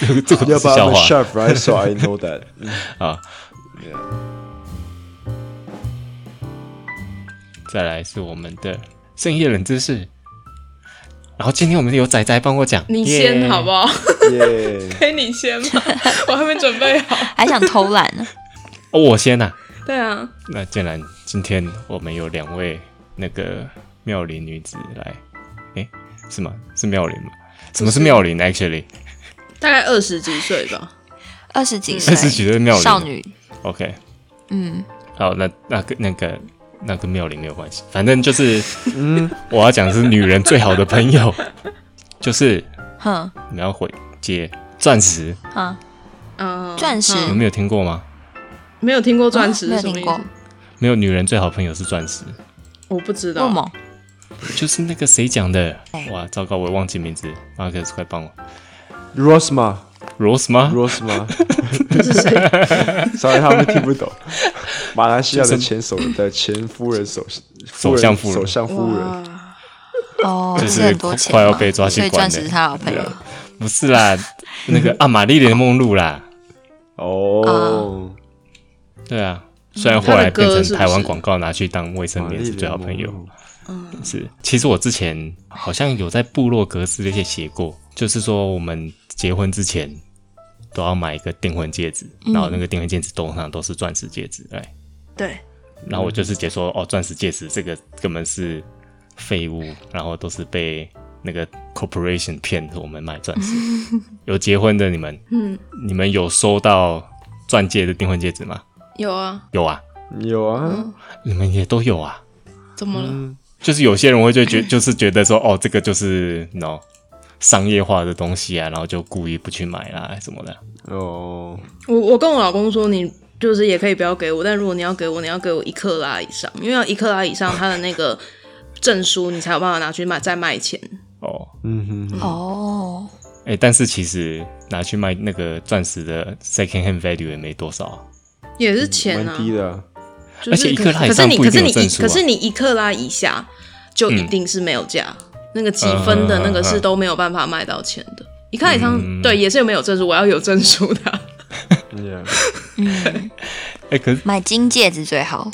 B: 这个这个不
A: 要
B: 是
A: 不然
B: 笑
A: I'm a
B: 话。
A: chef right so I know that 嗯。
B: 啊。再来是我们的深夜冷知识，然后今天我们有仔仔帮我讲，
D: 你先好不
B: 好？
D: <laughs> 好？
A: Yeah，
D: 给你先吧，我还没准备好。
C: 还想偷懒呢。
B: 哦，我先呐、啊。
D: <laughs> 对啊，
B: 那既然今天我们有两位那个妙龄女子来，诶，是吗？是妙龄吗？什么是妙龄？Actually，
D: 大概二十几岁吧。
C: 二十几岁，
B: 二十几岁妙龄
C: 少女，
B: OK，
C: 嗯，
B: 好，那那个那个那跟妙龄没有关系，反正就是，嗯，我要讲的是女人最好的朋友， <laughs> 就是
C: 哼，
B: 你要回接钻石，
C: 啊，
D: 嗯，
C: 钻石
B: 有
D: 嗯
B: 没有听过吗？
D: 没有听过钻石
C: 哦没
D: 是
C: 有
D: 什么
C: 听
D: 意
C: 过
D: 思？，
B: 没有女人最好朋友是钻石，
D: 我不知
C: 不
D: 道。
C: 猛，
B: 就是那个谁讲的
C: 哎？
B: 哇，糟糕，我忘记名字，马克斯快帮我
A: ，Rosma，Rosma，Sorry，
B: ，Rose 吗？
D: 这是谁？
A: 他们听不
B: <laughs>
A: 懂。马来西亚的前首的前夫人首
B: 首相夫人
A: 首相夫人。
D: 哇，
C: 哦，
B: 就是
C: 是很多钱吗，
B: 快要被抓去
C: 所以
B: 关
C: 钻
B: 的
C: 石是他好朋友，
B: 不是
D: <laughs>
B: 啦，那个啊，玛丽莲梦露啦，
A: 哦，
B: 对啊，虽然后来变
D: 嗯她的歌
B: 成
D: 是不是
B: 台湾广告拿去当卫生
A: 玛丽
B: 棉是最好朋
A: 莲
B: 友
A: 梦，露
B: 是，其实我之前好像有在部落格之类写过，就是说我们结婚之前都要买一个订婚戒指，然后那个订婚戒指通常都是钻石戒指，哎，
D: 对，
B: 然后我就是解说哦，钻石戒指这个根本是废物，然后都是被那个 corporation 骗我们买钻石。有结婚的你们，嗯，你们有收到钻戒的订婚戒指吗？
D: 有啊，
B: 有啊，
A: 有啊，
B: 你们也都有啊。
D: 怎么了？
B: 就是有些人会就觉 <laughs> 就是觉得说，哦，这个就是 no 商业化的东西啊，然后就故意不去买啦什么的。
A: 哦，
D: 我我跟我老公说，你就是也可以不要给我，但如果你要给我，你要给我一克拉以上，因为要一克拉以上，他的那个证书你才有办法拿去买再卖钱。
B: 哦，
A: 嗯哼哼，
C: 哦，
B: 哎、但是其实拿去卖那个钻石的 second hand value 也没多少啊、
D: 也是钱
A: 蛮
D: 啊，
A: 低的啊，
D: 就是
B: 而且一克拉以
D: 可是
B: 上
D: 你
B: 不
D: 可
B: 一
D: 是
B: 定有
D: 你一
B: 证书啊嗯
D: 可是你一克拉以下就一定是没有价，那个几分的那个是都没有办法卖到钱的。一克拉以上、
B: 嗯
D: 对也是没有证书，我要有证书的啊。
A: Yeah
B: 哎、可是
C: 买金戒指最好，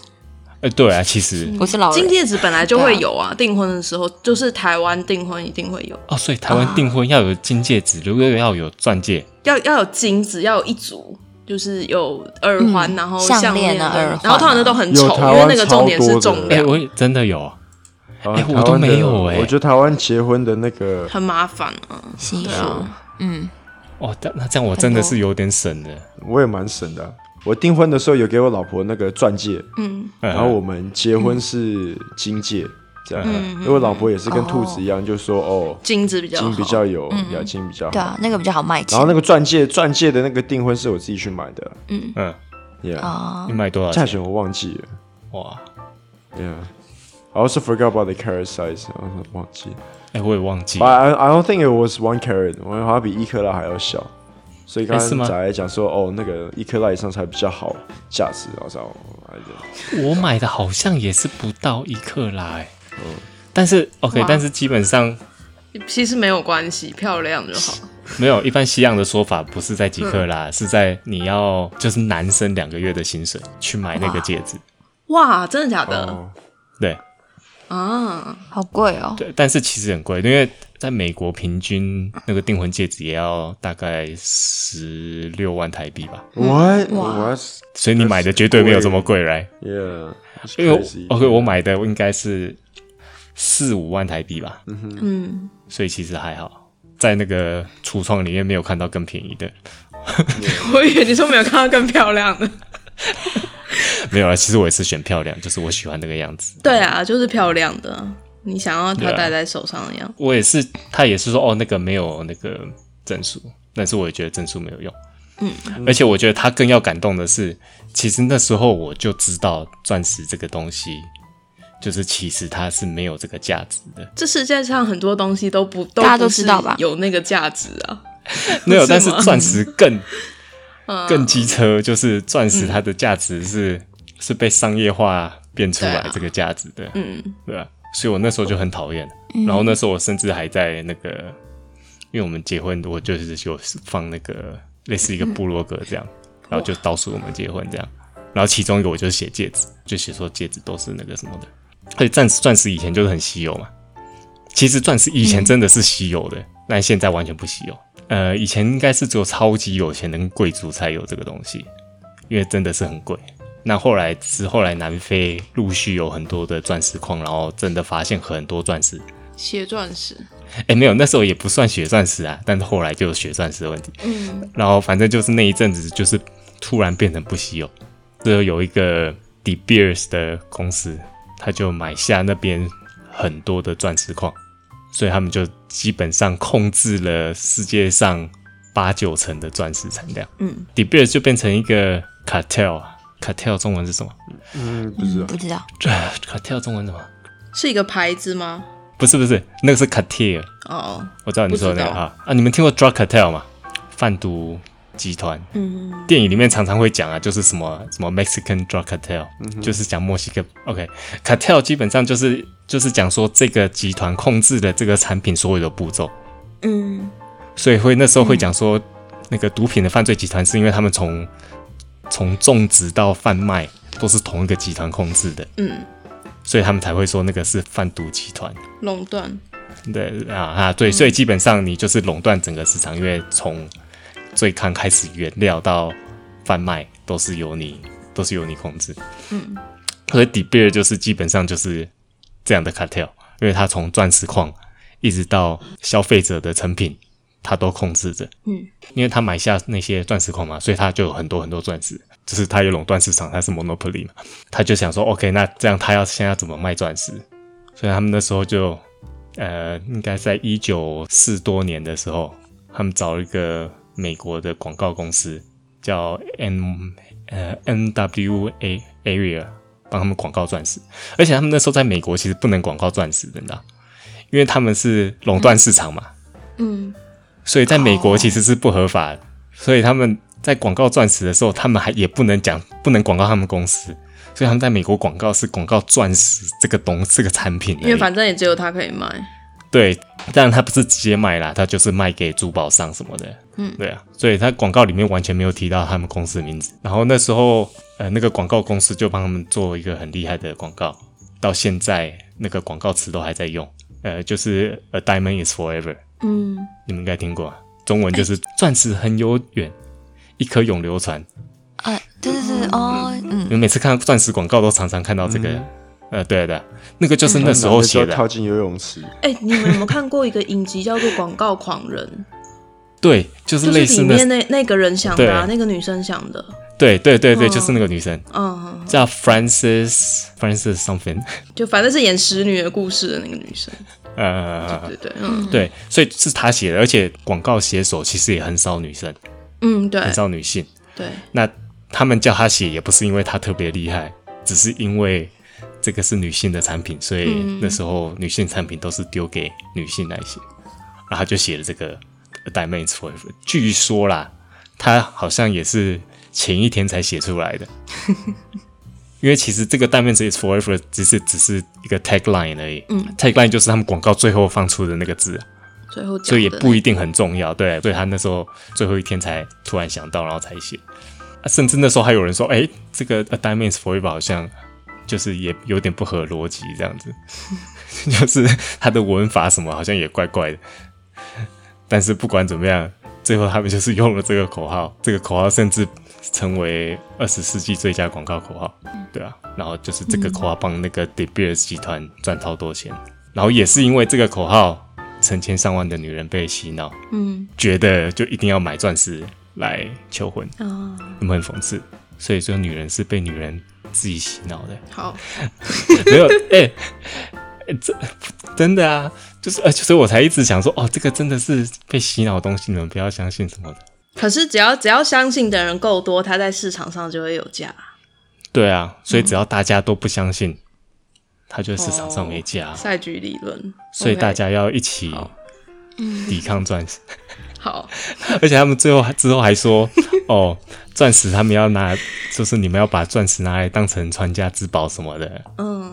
B: 哎、对啊，其实
C: 我是老
D: 金
C: 人。
D: 戒指本来就会有啊，订婚的时候就是台湾订婚一定会有，
B: 哦，所以台湾订婚要有金戒指，如果要有钻戒，
D: 要要有金子，要有一组。就是有耳环，
C: 嗯
D: 然后
C: 项
D: 链
C: 链啊
D: 对
C: 耳环啊
D: 然后通常那都很
A: 有
D: 丑，
A: 台
D: 因为
A: 湾
D: 那个重点
A: 超
D: 是
A: 多的
D: 重
B: 哎、
D: 量，
B: 我也真的有啊。
A: 啊
B: 哎我
A: 台
B: 都
A: 湾的
B: 没有哎
A: 我觉得台湾结婚的那个
D: 很麻烦啊。
C: 习
D: 对
C: 俗，
D: 啊
C: 嗯，
B: 哦，但那这样我真的是有点省的。
A: 我也蛮省的啊。我订婚的时候有给我老婆那个钻戒，
D: 嗯，
B: 然
A: 然后我们结婚是金戒，这样，因为我老婆也是跟兔子一样，就说哦，
D: 金子比较好
A: 金比较有，表情比较
C: 对
A: 好。
C: 啊，那个比较好卖钱
A: 然后那个钻戒，钻戒的那个订婚是我自己去买的
B: 嗯，
A: ，Yeah，
C: 啊
B: 你。买多少
A: 价
B: 钱？
A: 钱我忘记了
B: 哇，
A: ，Yeah。I also forgot about the carat size，我忘记。
B: 哎、我也忘记
A: But
B: 了。
A: I I don't think it was one carat，我好像比一克拉还要小。所以刚
B: 哎是
A: 刚
B: 吗
A: 仔来讲说，哦，那个一克拉以上才比较好价值，然后说，哦哎对
B: 我买的好像也是不到一克拉、欸，但是 OK，
D: 哇
B: 但是基本上
D: 其实没有关系，漂亮就好。
B: 没有。一般西洋的说法不是在几克拉，是在你要就是男生两个月的薪水去买那个戒指。
D: 哇，真的假
B: 嗯
D: 的、
A: 哦，
B: 对
D: 啊？
C: 好贵哦，
B: 对，但是其实很贵，因为在美国平均那个订婚戒指也要大概十六万台币吧，
A: What？
C: 哇
A: What？Yeah，
B: 所以你买的绝对没有这么贵来。因为我 OK，我买的应该是四五万台币吧，
D: 嗯，
B: 所以其实还好，在那个橱窗里面没有看到更便宜的，
D: <laughs> 我以为你说没有看到更漂亮的。
B: 没有啊。其实我也是选漂亮，就是我喜欢那个样子。
D: 对啊，就是漂亮的啊，你想要
B: 对
D: 它
B: 啊
D: 戴在手上的样子。
B: 我也是，他也是说哦，那个没有那个证书，但是我也觉得证书没有用。嗯，而且我觉得他更要感动的是，其实那时候我就知道钻石这个东西，就是其实它是没有这个价值的。
D: 这世界上很多东西都不，都
C: 大家都
D: 不是
C: 知道吧
D: 有那个价值啊。
B: 没有，
D: 是
B: 但是
D: 吗嗯
B: 钻石
D: <laughs>
B: 更更机车，就是钻石它的价值是、是被商业化变出
D: 对
B: 来
D: 啊
B: 这个价值的，
D: 嗯，
B: 对吧、所以我那时候就很讨厌，然后那时候我甚至还在那个，因为我们结婚，我就是有放那个类似一个部落格这样，
D: 嗯
B: 然后就倒数我们结婚这样，然后其中一个我就写戒指，就写说戒指都是那个什么的，而且钻石钻石以前就是很稀有嘛，其实钻石以
D: 嗯
B: 前真的是稀有的，但现在完全不稀有。呃，以前应该是只有超级有钱的跟贵族才有这个东西，因为真的是很贵。那后来是后来南非陆续有很多的钻石矿，然后真的发现很多钻石。
D: 血钻石，
B: 哎，没有，那时候也不算血钻石啊，但是后来就有血钻石的问题。嗯， <laughs> 然后反正就是那一阵子，就是突然变成不稀有。最后有一个 De Beers 的公司，他就买下那边很多的钻石矿，所以他们就基本上控制了世界上八九成的钻石产量。
D: 嗯
B: ，De Beers 就变成一个 cartel 啊，cartel 中文是什么？ <laughs>
A: 嗯，不知
C: 嗯
A: 道
C: 不知道
B: 这 cartel 中文是什么？ <laughs>
D: 是一个牌子吗？
B: 不是不是，那个是 cartel。
D: 哦，
B: 我知道你说的那
D: 不
B: 个
D: 知道
B: 哈啊，你们听过 drug cartel 吗？贩毒集团。
D: 嗯，
B: 电影里面常常会讲啊，就是什么什么 Mexican drug cartel，、就是讲墨西哥。OK，cartel、基本上就是就是讲说这个集团控制了这个产品所有的步骤，
D: 嗯，
B: 所以会那时候会讲说、那个毒品的犯罪集团是因为他们从从种植到贩卖都是同一个集团控制的，
D: 嗯，
B: 所以他们才会说那个是贩毒集团。
D: 垄断，
B: 对啊啊，对，所以基本上你就是垄断整个市场，因为从最刚开始原料到贩卖都是由你都是由你控制。嗯，所以 De Beer 就是基本上就是这样的 cartel，因为它从钻石矿一直到消费者的成品，他都控制着。
C: 嗯，
B: 因为他买下那些钻石矿嘛，所以他就有很多很多钻石，就是他有垄断市场，他是 monopoly 嘛，他就想说，OK，那这样他要现在要怎么卖钻石？所以他们那时候就，呃，应该在一九四多年的时候，他们找了一个美国的广告公司叫 N 呃 N W A Area 帮他们广告钻石，而且他们那时候在美国其实不能广告钻石的，你知道，因为他们是垄断市场嘛，
C: 嗯，
B: 所以在美国其实是不合法的，所以他们在广告钻石的时候，他们还也不能讲不能广告他们公司，所以他们在美国广告是广告钻石这个东这个产品而已，
D: 因为反正也只有他可以卖。
B: 对，当然他不是直接卖啦，他就是卖给珠宝商什么的。
C: 嗯
B: 对啊，所以他广告里面完全没有提到他们公司的名字。然后那时候，呃，那个广告公司就帮他们做一个很厉害的广告，到现在那个广告词都还在用。呃，就是 A diamond is forever，
C: 嗯，
B: 你们应该听过、啊，中文就是钻石很悠远，一颗永流传。
C: 呃，对对对，哦，嗯
B: 你们每次看钻石广告都常常看到这个。
D: 嗯
B: 呃，对啊对啊，那个就是那时候
A: 男的就
B: 写
A: 要
B: 的啊、
A: 跳进游泳池，
D: 哎、你们有没有看过一个影集叫做《广告狂 <laughs> 人
B: 对，就》？是
D: 就
B: 类
D: 是
B: 似
D: 里
B: 那，
D: 面那那个人想的、啊，
B: 对
D: 那个女生想的。
B: 对对对对，
D: 嗯
B: 就是那个女生。
D: 嗯，
B: 叫 Francis Francis something，
D: 就反正是演使女的故事的那个女生，
B: 呃，
D: 对对，嗯
B: 对，所以是她写的，而且广告写手其实也很少女生，
D: 嗯，对
B: 很少女性。
D: 对，
B: 那他们叫她写，也不是因为她特别厉害，只是因为这个是女性的产品，所以那时候女性产品都是丢给女性来写，然后她就写了这个 A Diamond is Forever。据说啦，她好像也是前一天才写出来的。因为其实这个 Diamonds is forever 只是只是一个 tagline 而已，嗯，tagline 就是他们广告最后放出的那个字啊，
D: 最后讲的
B: 所以也不一定很重要，对，所以他那时候最后一天才突然想到，然后才写、啊甚至那时候还有人说，哎、这个 A Diamonds Forever 好像就是也有点不合逻辑，这样子，
D: <laughs>
B: 就是他的文法什么好像也怪怪的，但是不管怎么样，最后他们就是用了这个口号，这个口号甚至成为二十世纪最佳广告口号，对啊，然后就是这个口
D: 嗯
B: 号帮那个 De Beers 集团赚超多钱，然后也是因为这个口号，成千上万的女人被洗脑，
D: 嗯
B: 觉得就一定要买钻石来求婚，
D: 啊，
B: 有没有很讽刺？所以说，女人是被女人自己洗脑的。 <laughs>
D: 好，
B: 没有，哎、哎这真的啊，就是呃，所以我才一直想说，哦，这个真的是被洗脑的东西，你们不要相信什么的。
D: 可是只要只要相信的人够多，他在市场上就会有价。
B: 对啊，所以只要大家都不相
D: 嗯
B: 信，它就市场上没价啊、
D: 赛局理论，
B: 所以
D: 哦 OK
B: 大家要一起
D: 好
B: 抵抗钻石。
D: 好，
B: <laughs> 而且他们最后还之后还
D: <laughs>
B: 说，哦，钻石他们要拿，就是你们要把钻石拿来当成传家之宝什么的，
D: 嗯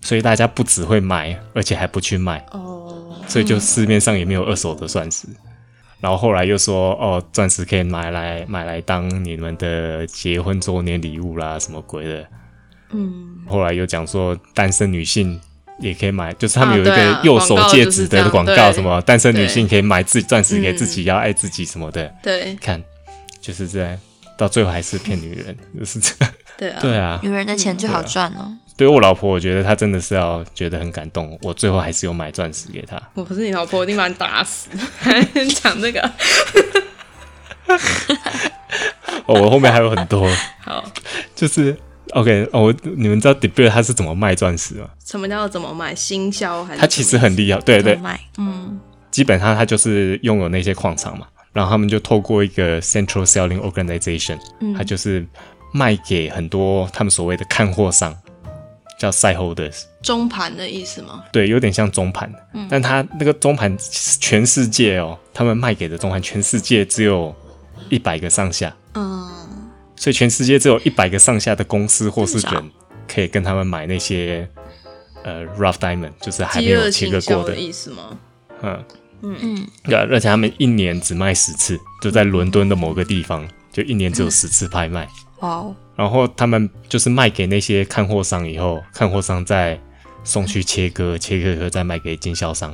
B: 所以大家不只会买，而且还不去卖，
D: 哦，
B: 所以就市面上也没有二手的钻石。然后后来又说，哦，钻石可以买来买来当你们的结婚周年礼物啦，什么鬼的。
D: 嗯，
B: 后来又讲说，单身女性也可以买，就是他们有一
D: 对
B: 个
D: 啊
B: 右手
D: 广告
B: 戒
D: 就是
B: 指
D: 这样
B: 的广告，
D: 对
B: 什么单身女
D: 对
B: 性可以买自己钻石给自己，
D: 嗯
B: 要爱自己什么的。
D: 对
B: 看，就是在到最后还是骗女人，就是这样。
D: 对
B: <laughs>
D: 啊，
B: 对啊，
C: 女人的钱最好赚哦。
B: 对我老婆，我觉得她真的是要觉得很感动，我最后还是有买钻石给她。
D: 我不是你老婆，我一定把你打死。 <laughs> 讲这个
B: 哦，我后面还有很 <laughs> 多，
D: 好，
B: 就是 OK 哦，我你们知道 d e b r 他是怎么卖钻石吗？
D: 什么叫怎么买新销还是什么？
B: 他其实很厉害，对对
C: 怎么，卖，嗯
B: 基本上他就是拥有那些矿场嘛，然后他们就透过一个 Central Selling Organization，他就是卖给很多他们所谓的看货商，叫 side holders。
D: 中盘的意思吗？
B: 对，有点像中盘，
D: 嗯
B: 但它那个中盘全世界哦，他们卖给的中盘全世界只有一百个上下，
D: 嗯，
B: 所以全世界只有一百个上下的公司或是
D: 这么少
B: 人可以跟他们买那些呃 rough diamond，就是还没
D: 饥饿
B: 有切
D: 行
B: 割
D: 销
B: 过的
D: 的，意思吗？
B: 嗯
C: 嗯，
B: 对啊、而且他们一年只卖十次，就在伦敦的某个地方，就一年只
D: 嗯
B: 有十次拍卖。
C: 哇哦，
B: 然后他们就是卖给那些看货商以后，看货商再送去切割，切割以后再卖给经销商，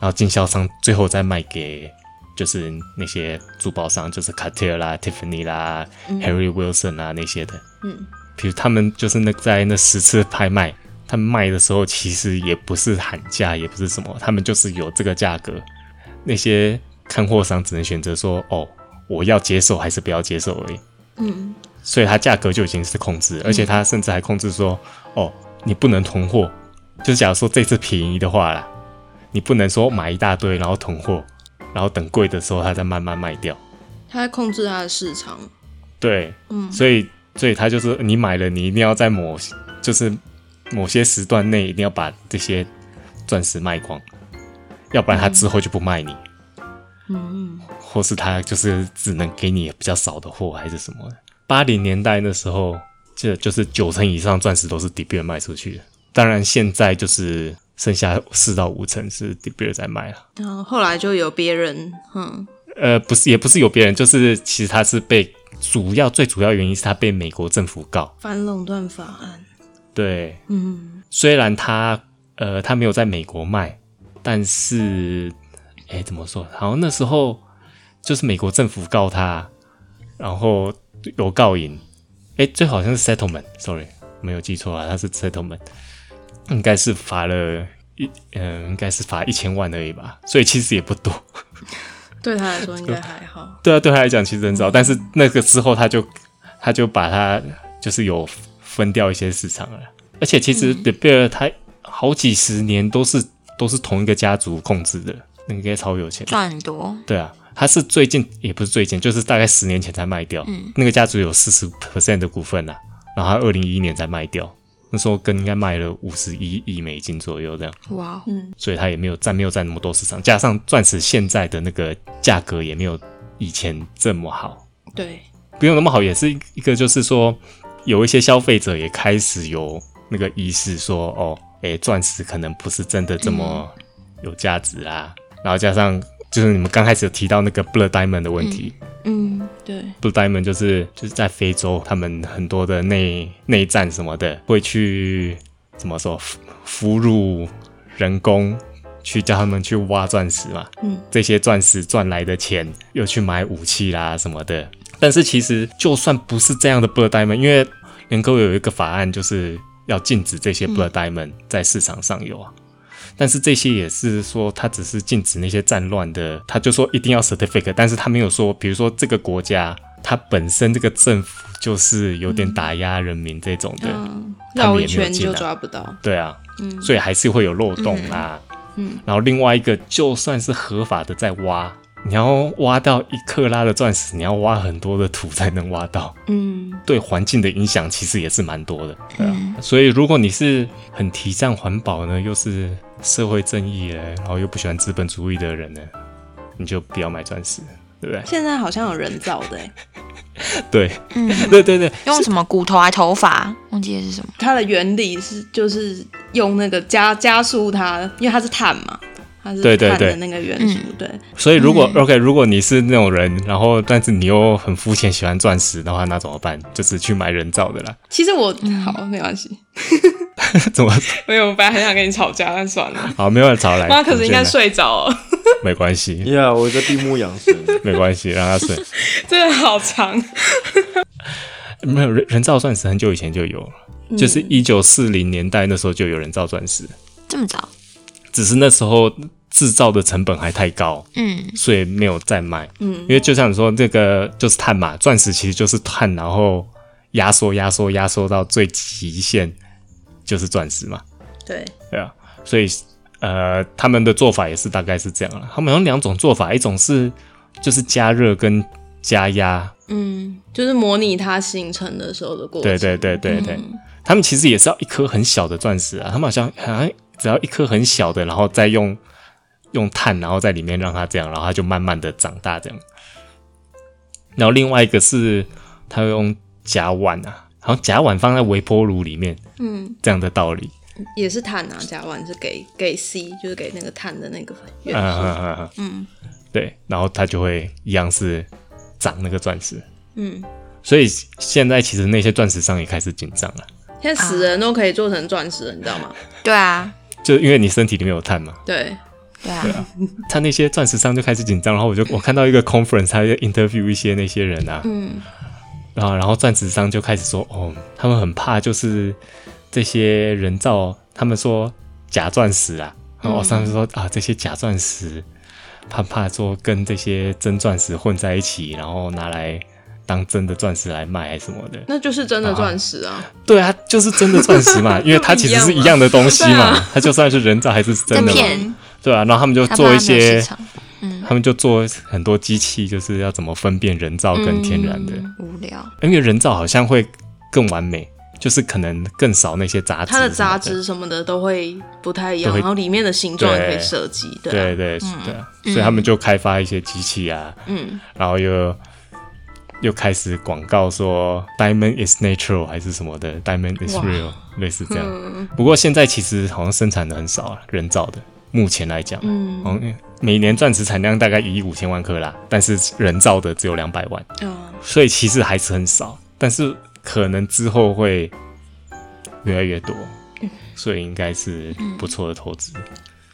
B: 然后经销商最后再卖给就是那些珠宝商，就是 Cartier 啦、Tiffany 啦、Harry Wilson 啦那些的。
D: 嗯，
B: 比如他们就是那在那十次拍卖，他们卖的时候其实也不是喊价，也不是什么，他们就是有这个价格。那些看货商只能选择说，哦，我要接受还是不要接受而已。
D: 嗯，
B: 所以它价格就已经是控制，而且它甚至还控制说，哦，你不能囤货，就是假如说这次便宜的话啦，你不能说买一大堆然后囤货，然后等贵的时候它再慢慢卖掉。
D: 他在控制他的市场。
B: 对，
D: 嗯
B: 所以所以它就是你买了，你一定要在某就是某些时段内一定要把这些钻石卖光，要不然它之后就不卖你，
D: 嗯，
B: 或是它就是只能给你比较少的货还是什么的。八零年代那时候，这就是九成以上钻石都是 d e b e r 卖出去的，当然现在就是剩下四到五成是 d e b e r 在卖了。
D: 然后后来就有别人，嗯，
B: 呃，不是，也不是有别人，就是其实它是被主要最主要原因是它被美国政府告，
D: 反垄断法案。
B: 对，
D: 嗯，
B: 虽然它呃它没有在美国卖，但是哎怎么说？好像那时候就是美国政府告他，然后有告赢，哎最好像是 settlement，sorry 没有记错啊，它是 settlement，应该是罚了一嗯、应该是罚一千万而已吧，所以其实也不多。
D: 对他来说应该还好。
B: 对啊，对他来讲其实很早，但是那个之后他就他就把它就是有分掉一些市场了。而且其实 De b e r 他好几十年都是都是同一个家族控制的，那个应该超有钱。
C: 赚很多，
B: 对啊，他是最近也不是最近，就是大概十年前才卖掉。那个家族有四十 percent 的股份啦、然后他二零一一年才卖掉，那时候跟应该卖了五十一亿美金左右这样。
C: 哇，
D: 嗯
B: 所以它也没有占没有占那么多市场，加上钻石现在的那个价格也没有以前这么好，
D: 对，
B: 不用那么好，也是一个就是说有一些消费者也开始有那个意识说，哦，诶，钻石可能不是真的这么有价值啊，然后加上就是你们刚开始有提到那个 Blue Diamond 的问题、
D: 嗯，对，
B: b l u e Diamond 就是就是在非洲，他们很多的内内战什么的，会去怎么说俘俘虏人工，去叫他们去挖钻石嘛。
D: 嗯，
B: 这些钻石赚来的钱又去买武器啦什么的。但是其实就算不是这样的 Blue Diamond，因为联合国有一个法案就是要禁止这些 Blue Diamond 在市场上有啊。但是这些也是说，他只是禁止那些战乱的，他就说一定要 certificate，但是他没有说，比如说这个国家，它本身这个政府就是有点打压人民这种的，
D: 嗯，
B: 他
D: 绕
B: 们也
D: 一
B: 没有
D: 圈
B: 进
D: 就
B: 来
D: 抓不到。
B: 对啊，所以还是会有漏洞啦。
D: 嗯，
B: 然后另外一个，就算是合法的在挖，你要挖到一克拉的钻石，你要挖很多的土才能挖到，
D: 嗯，
B: 对环境的影响其实也是蛮多的。对啊，所以如果你是很提倡环保呢，又是社会正义嘞，然后又不喜欢资本主义的人呢，你就不要买钻石，对不 <laughs> 对？
D: 现在好像有人造的欸，
B: 对，
C: 嗯，
B: 对对对，
C: 用什么骨头还头发，忘记的是什么，
D: 它的原理是就是用那个加加速它，因为它是碳嘛，它是
B: 对对嗯
D: 碳的
B: 对
D: 那个元素，对
B: 所以如果、OK，如果你是那种人，然后但是你又很肤浅，喜欢钻石的话，那怎么办？就是去买人造的啦。 <laughs>
D: 其实我
B: 嗯
D: 好没关系，
B: 怎么
D: 没有，我本来很想跟你吵架，但算了。
B: 好？没有人吵来，
D: 妈可是应该
B: 我们先
D: 睡着哦了，
B: 来，没关系，
A: 呀，我在闭目养神。
B: 没关系，让他睡。
D: <laughs> 真的好长。
B: 没有人人造钻石很久以前就有了，
D: 嗯
B: 就是一九四零年代那时候就有人造钻石，
C: 这么早，
B: 只是那时候制造的成本还太高，
C: 嗯，
B: 所以没有再卖。嗯，因为就像你说，这个就是碳嘛，钻石其实就是碳，然后压缩、压缩、压缩到最极限，就是钻石嘛。
D: 对，
B: 对啊，所以呃，他们的做法也是大概是这样了。他们有两种做法，一种是就是加热跟加压，
D: 嗯，就是模拟它形成的时候的过程。嗯
B: 对对对对对，他们其实也是要一颗很小的钻石啊，他们好像好像只要一颗很小的，然后再用用碳，然后在里面让它这样，然后它就慢慢的长大这样。然后另外一个是他会用甲烷啊，好像甲烷放在微波炉里面
D: 嗯，
B: 这样的道理。
D: 也是碳啊，甲烷是给给 C，就是给那个碳的那个元素。
B: 嗯嗯嗯嗯，对，然后它就会一样是长那个钻石，
D: 嗯，
B: 所以现在其实那些钻石商也开始紧张了，
D: 现在死人都可以做成钻石了，你知道吗？
C: 对啊，
B: 就因为你身体里面有碳嘛，
D: 对，
C: 对啊，
B: 他那些钻石商就开始紧张，然后我就我看到一个 conference，他在 interview 一些那些人啊，
D: 嗯
B: 然后然后钻石商就开始说，哦，他们很怕就是这些人造，他们说假钻石啊，然后我上次说啊，这些假钻石，怕怕说跟这些真钻石混在一起，然后拿来当真的钻石来卖还是什么的。
D: 那就是真的钻石啊！
B: 对啊，就是真的钻石嘛，因为它其实是一样的东西嘛，它就算是人造还是真的嘛，
C: 骗，
B: 对啊，然后他们就
C: 他
B: 做
C: 怕
B: 一
C: 它没有
B: 些
C: 市，场嗯，
B: 他们就做很多机器，就是要怎么分辨人造跟天然的，
C: 嗯无聊，
B: 因为人造好像会更完美，就是可能更少那些杂质什
D: 它
B: 么，
D: 的杂质什么的都会不太一样，
B: 都会
D: 然后里面的形状也可以
B: 对
D: 设计，对啊
B: 对对是对啊，所以他们就开发一些机器啊，
D: 嗯，
B: 然后又又开始广告说 “diamond is natural” 还是什么的，“diamond is
D: 哇嗯
B: real”，类似这样。不过现在其实好像生产的很少了，人造的。目前来讲，嗯，好像每年钻石产量大概一亿五千万颗啦，但是人造的只有两百万，
D: 啊，
B: 所以其实还是很少。但是可能之后会越来越多，所以应该是不错的投资。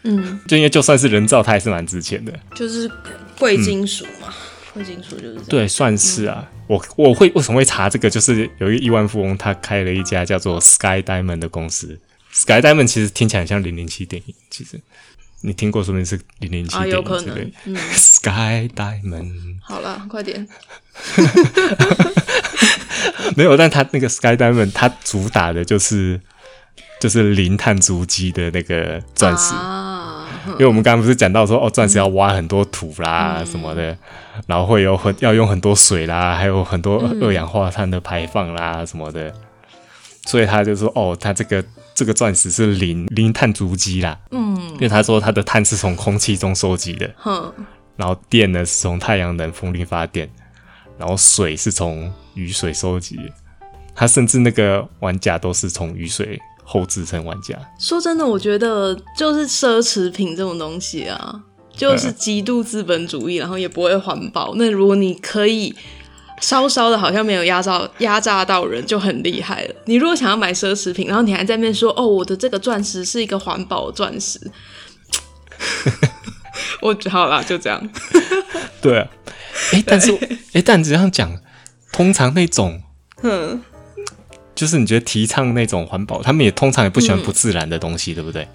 D: 嗯，
B: 就因为就算是人造，它还是蛮值钱的。
D: 就是贵金属嘛，贵金属就是这样。
B: 对，算是啊。我我会为什么会查这个？就是有一个亿万富翁，他开了一家叫做 Sky Diamond 的公司。Sky Diamond 其实听起来很像零零七电影，其实你听过，说明是零零七
D: 啊
B: 电
D: 有
B: 影
D: 可
B: 之类
D: 能嗯
B: 的。Sky Diamond
D: 好了，快点，
B: <laughs> 没有，但他那个 Sky Diamond 它主打的就是就是零碳足迹的那个钻石。
D: 啊，
B: 因为我们刚刚不是讲到说哦，钻石要挖很多土啦、什么的，然后会有很要用很多水啦，还有很多二氧化碳的排放啦什么的，所以他就说哦，他这个这个钻石是零零碳足迹啦，嗯，因为他说它的碳是从空气中收集的，
D: 哼，
B: 然后电呢是从太阳能、风力发电，然后水是从雨水收集的，他甚至那个玩家都是从雨水后制成玩家，
D: 说真的，我觉得就是奢侈品这种东西啊，就是极度资本主义，然后也不会环保。那如果你可以稍稍的，好像没有压榨压榨到人，就很厉害了。你如果想要买奢侈品，然后你还在那边说哦，我的这个钻石是一个环保钻石， <laughs> 我好啦，就这样。
B: 对啊，哎，但是哎，但这样讲，通常那种
D: 嗯，
B: 就是你觉得提倡那种环保，他们也通常也不喜欢不自然的东西，对不对？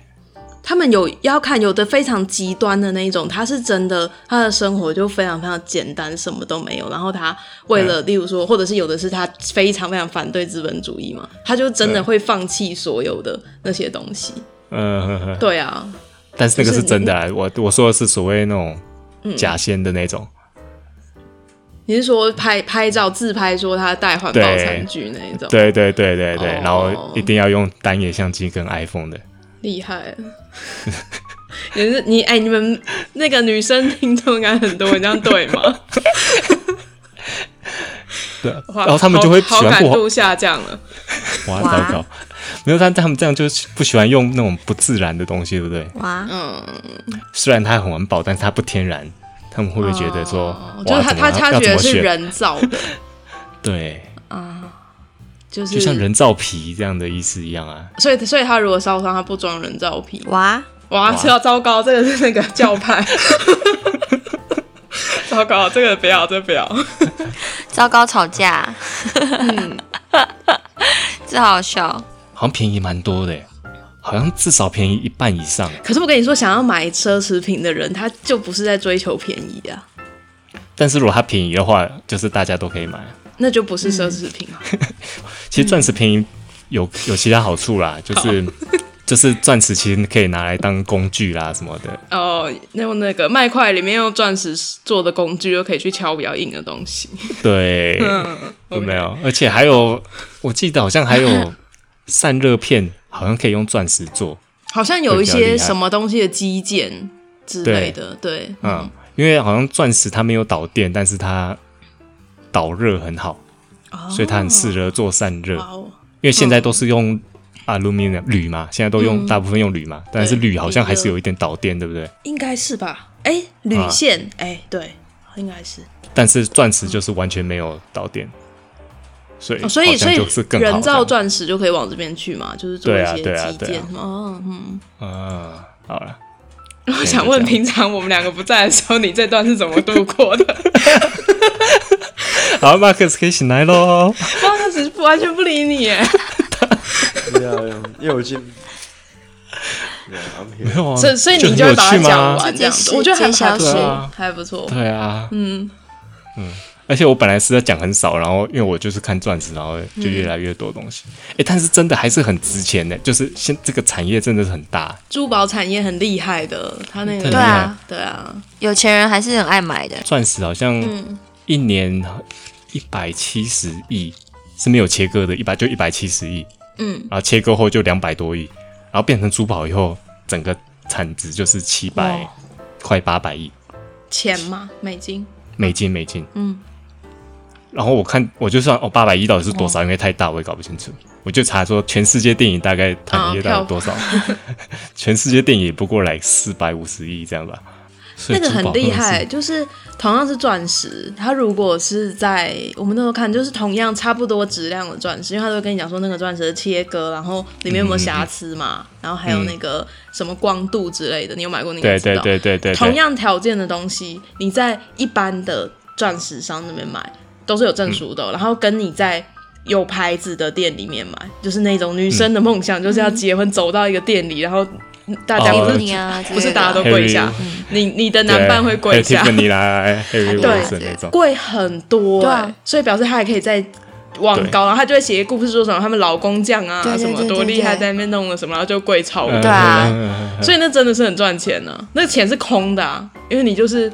D: 他们有要看有的非常极端的那一种，他是真的他的生活就非常非常简单，什么都没有。然后他为了，例如说，或者是有的是他非常非常反对资本主义嘛，他就真的
B: 对
D: 会放弃所有的那些东西。
B: 嗯、呵呵
D: 对啊，
B: 但是那个
D: 就是是你
B: 真的啊，我我说的是所谓那种假仙的那种，
D: 你是说拍拍照自拍说他带环保
B: 对
D: 餐具那一种，
B: 对对对对对，
D: 哦
B: 然后一定要用单眼相机跟 iPhone 的，
D: 厉害。也是你哎、你们那个女生听众应该很多，你这样对吗？
B: 对啊，<laughs>
D: 哇
B: 然后他们就会喜
D: 好好
B: 欢
D: 感
B: 不
D: 度下降了。
B: 哇，
C: 哇
B: 糟糕！没有，但但他们这样就是不喜欢用那种不自然的东西，对不对？
C: 哇，
D: 嗯，
B: 虽然它很环保，但是它不天然，他们会不会觉得说，
D: 哦
B: 哇
D: 就是他
B: 怎么
D: 他他
B: 要
D: 觉
B: 怎
D: 得
B: 么
D: 是
B: 选？
D: 人造的，
B: 对，
D: 就是
B: 就像人造皮这样的意思一样啊。
D: 所以，所以他如果烧伤，他不装人造皮。
C: 哇，
D: 哇，这要糟糕，这个是那个教 <laughs> 派。糟糕，这个不要，这个不要。
C: 糟糕，吵架，嗯 <laughs> 这好笑，
B: 好像便宜蛮多的耶，好像至少便宜一半以上。
D: 可是我跟你说，想要买奢侈品的人，他就不是在追求便宜啊，
B: 但是如果它便宜的话，就是大家都可以买。
D: 那就不是奢侈品啊。
B: 其实钻石便宜有有其他好处啦，就是
D: 嗯
B: 就是钻石其实可以拿来当工具啦什么的。
D: 哦，那用那个麦块里面用钻石做的工具，就可以去敲比较硬的东西。
B: <laughs> 对，
D: 嗯，
B: 有没有？而且还有，我记得好像还有散热片，好像可以用钻石做。
D: 好像有一
B: 会比较
D: 些
B: 厉害
D: 什么东西的肌腱之类的，对，
B: 嗯，因为好像钻石它没有导电，但是它导热很好，所以它很适合做散热。
D: 哇哦，嗯
B: 因为现在都是用 aluminum 铝嘛，现在都用、大部分用铝嘛，但是铝好像还是有一点导电，对不对？
D: 应该是吧？哎，铝
B: 啊
D: 线，哎，对，应该是。
B: 但是钻石就是完全没有导电，所以、
D: 哦、所以所
B: 好像就是
D: 以
B: 更好
D: 人造
B: 这样
D: 钻石就可以往这边去嘛，就是做一
B: 对啊
D: 些
B: 对啊
D: 基
B: 对
D: 建
B: 啊
D: 哦。嗯，
B: 嗯，好了。
D: 我想问，平常我们两个不在的时候，你这段是怎么度
B: <laughs>
D: 过的？
B: 好，马克思可以醒来喽。
D: 啊哇，他只是不完全不理你耶。
A: yeah, yeah, 因为我已经 Yeah, I'm
B: 没
A: here.
B: 有啊，
D: 所以所以你
B: 就很
D: 会
B: 有
D: 把
B: 趣
D: 它
B: 吗
D: 讲？完这样子，
C: 就
D: 我觉得还
C: 揭晓
D: 还不
B: 对
D: 错
B: 啊，
D: 还不错。
B: 对啊，嗯嗯，而且我本来是在讲很少，然后因为我就是看钻石，然后就越来越多东
D: 嗯
B: 西。哎、但是真的还是很值钱的，就是现这个产业真的是很大。
D: 珠宝产业很厉害的，它那个
B: 对
C: 对啊，
D: 对啊，
C: 有钱人还是很爱买的。
B: 钻石好像
D: 嗯
B: 一年一百七十亿是没有切割的，一百就一百七十亿，
C: 嗯，
B: 然后切割后就两百多亿，然后变成珠宝以后，整个产值就是七百
D: 哇
B: 快八百亿
D: 钱嘛，美金。
B: 美金美金。
C: 嗯，
B: 然后我看我就算哦八百亿到底是多少，因为太大我也搞不清楚，我就查说全世界电影大概产
D: 啊
B: 业大概有多少， <laughs> 全世界电影也不过来四百五十亿这样吧。所以
D: 那个
B: 珠宝
D: 很
B: 真
D: 厉
B: 的是
D: 害，就是同样是钻石，它如果是在我们那时候看，就是同样差不多质量的钻石，因为它都会跟你讲说那个钻石的切割，然后里面有没有瑕疵
B: 嗯
D: 嘛，然后还有那个什么光度之类的，你有买过那个？
B: 对对对对对，对
D: 同样条件的东西，你在一般的钻石商那边买都是有证书
B: 嗯
D: 的哦、然后跟你在有牌子的店里面买，就是那种女
B: 嗯
D: 生的梦想，就是要结婚走到一个店里，然后大家
B: 哦
D: 不
B: 呃
D: 是、
C: 你啊，之类的
D: 不是大家都跪下
B: Harry，
D: 你你的男伴会跪下， <laughs>
B: 你来，
D: 对
B: 是那种，
D: 贵很多、
C: 对
D: 欸，
C: 啊
D: 所以表示他还可以再往高，然后他就会写一个故事说什么他们老公匠啊
C: 对对
D: 什么
C: 对对
D: 多厉害，
C: 对
D: 在那边弄了什么，然后就跪超
B: 嗯
C: 对啊
B: 嗯
D: 所以那真的是很赚钱呢、那个钱是空的、啊，因为你就是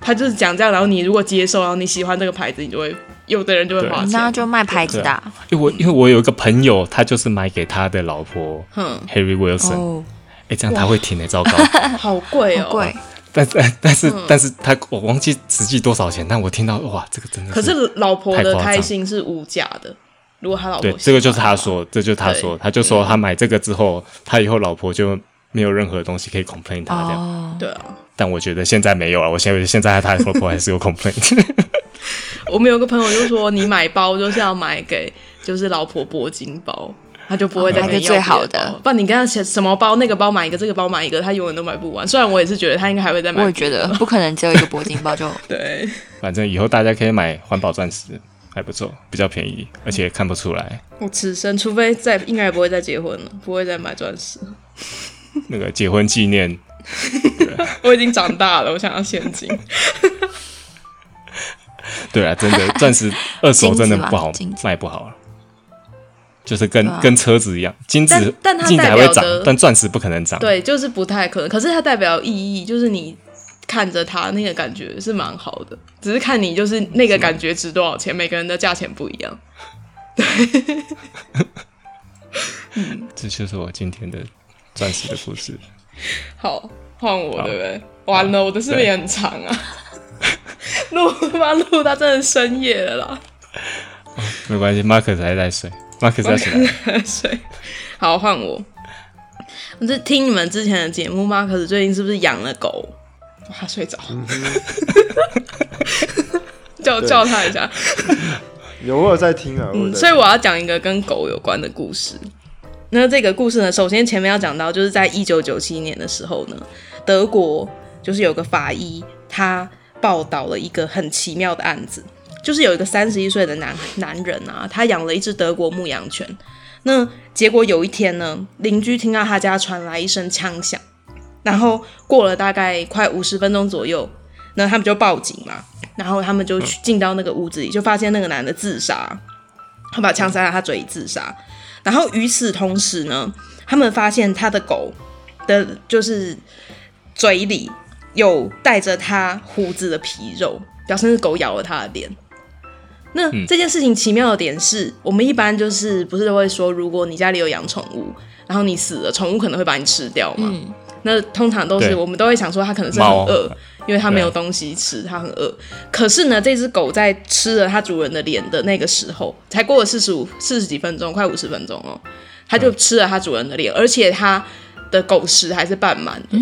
D: 他就是讲这样，然后你如果接受，然后你喜欢这个牌子，你就会有的人就会
B: 对
D: 花
C: 那
D: 钱。
C: 就卖牌子的啊。
B: 因为我因为我有一个朋友，他就是买给他的老婆
D: 哼，
B: Harry Wilson，
C: 哦，
B: 哎，这样他会挺的，糟
D: <laughs>
B: 糕。
D: 好贵哦、
C: 好贵。
B: 但是但是
D: 嗯
B: 但是他我忘记实际多少钱，但我听到哇，这个真的
D: 可是老婆
B: 太
D: 的
B: 夸张
D: 开心是无价的，如果他老婆
B: 对，
D: 喜
B: 这
D: 欢
B: 个就是他说，这就是他说，
D: 对
B: 他就说他买这个之后，他以后老婆就没有任何东西可以 complain 他这样。
C: 哦，
D: 对啊。
B: 但我觉得现在没有了，啊我现在现在他老婆还是有
D: <laughs>
B: complain，
D: 我们有个朋友就说，你买包就是要买给就是老婆铂金包。他就不会再跟
C: 买
D: 你要
C: 哦个最好
D: 别包
C: 的
D: 不然你跟他什么包，那个包买一个，这个包买一个，他永远都买不完。虽然我也是觉得他应该还会再买
C: 我
D: 别的，
C: 也觉 <laughs> 得不可能只有一个铂金包 <laughs> 就
D: 对，
B: 反正以后大家可以买环保钻石，还不错，比较便宜，而且看不出来。
D: 我此生除非再应该也不会再结婚了，不会再买钻石。
B: 那个结婚纪念，
D: <laughs> 我已经长大了，我想要现金。
B: 对啊，真的钻
D: <laughs>
B: 石二手真的不好
C: 金子吧金子
B: 卖，不好了，就是跟、
C: 啊
B: 跟车子一样，金子
D: 但但它
B: 金子还会
D: 代表
B: 涨
D: 的，
B: 但钻石不可能涨。
D: <laughs> 对，就是不太可能。可是它代表意义，就是你看着它那个感觉是蛮好的，只是看你就是那个感觉值多少钱，每个人的价钱不一样。
B: 这就是我今天的钻石的故事。
D: 好，换我
B: 好
D: 对不对？完了，我的是不是也很长啊？ <laughs> 录他妈录到真的深夜了啦。 <laughs>
B: 没关系，Marcus 还在睡，Marcus 要起来了。
D: <laughs> 水。好，换我。我是听你们之前的节目吗？可是最近是不是养了狗？嗯哇，他睡着。 <laughs> 叫
A: 对
D: 叫他一下。
A: 有我有在听啊，我有
D: 嗯，
A: 在
D: 所以我要讲一个跟狗有关的故事。那这个故事呢，首先前面要讲到，就是在一九九七年的时候呢，德国就是有个法医，他报道了一个很奇妙的案子，就是有一个三十一岁的男男人啊，他养了一只德国牧羊犬。那结果有一天呢，邻居听到他家传来一声枪响，然后过了大概快五十分钟左右，那他们就报警嘛，然后他们就去进到那个屋子里，就发现那个男的自杀，他把枪塞到他嘴里自杀。然后与此同时呢，他们发现他的狗的，就是嘴里有带着他胡子的皮肉，表示是狗咬了他的脸。
B: 嗯
D: 那这件事情奇妙的点是，我们一般就是不是都会说，如果你家里有养宠物，然后你死了，宠物可能会把你吃掉嘛？那通常都是
B: 嗯对
D: 我们都会想说，它可能是很
B: 猫
D: 饿，因为它没有
B: 对
D: 东西吃，它很饿。可是呢，这只狗在吃了它主人的脸的那个时候，才过了四十五、四十几分钟，快五十分钟哦，它就吃了它主人的脸，而且它的狗食还是半满的。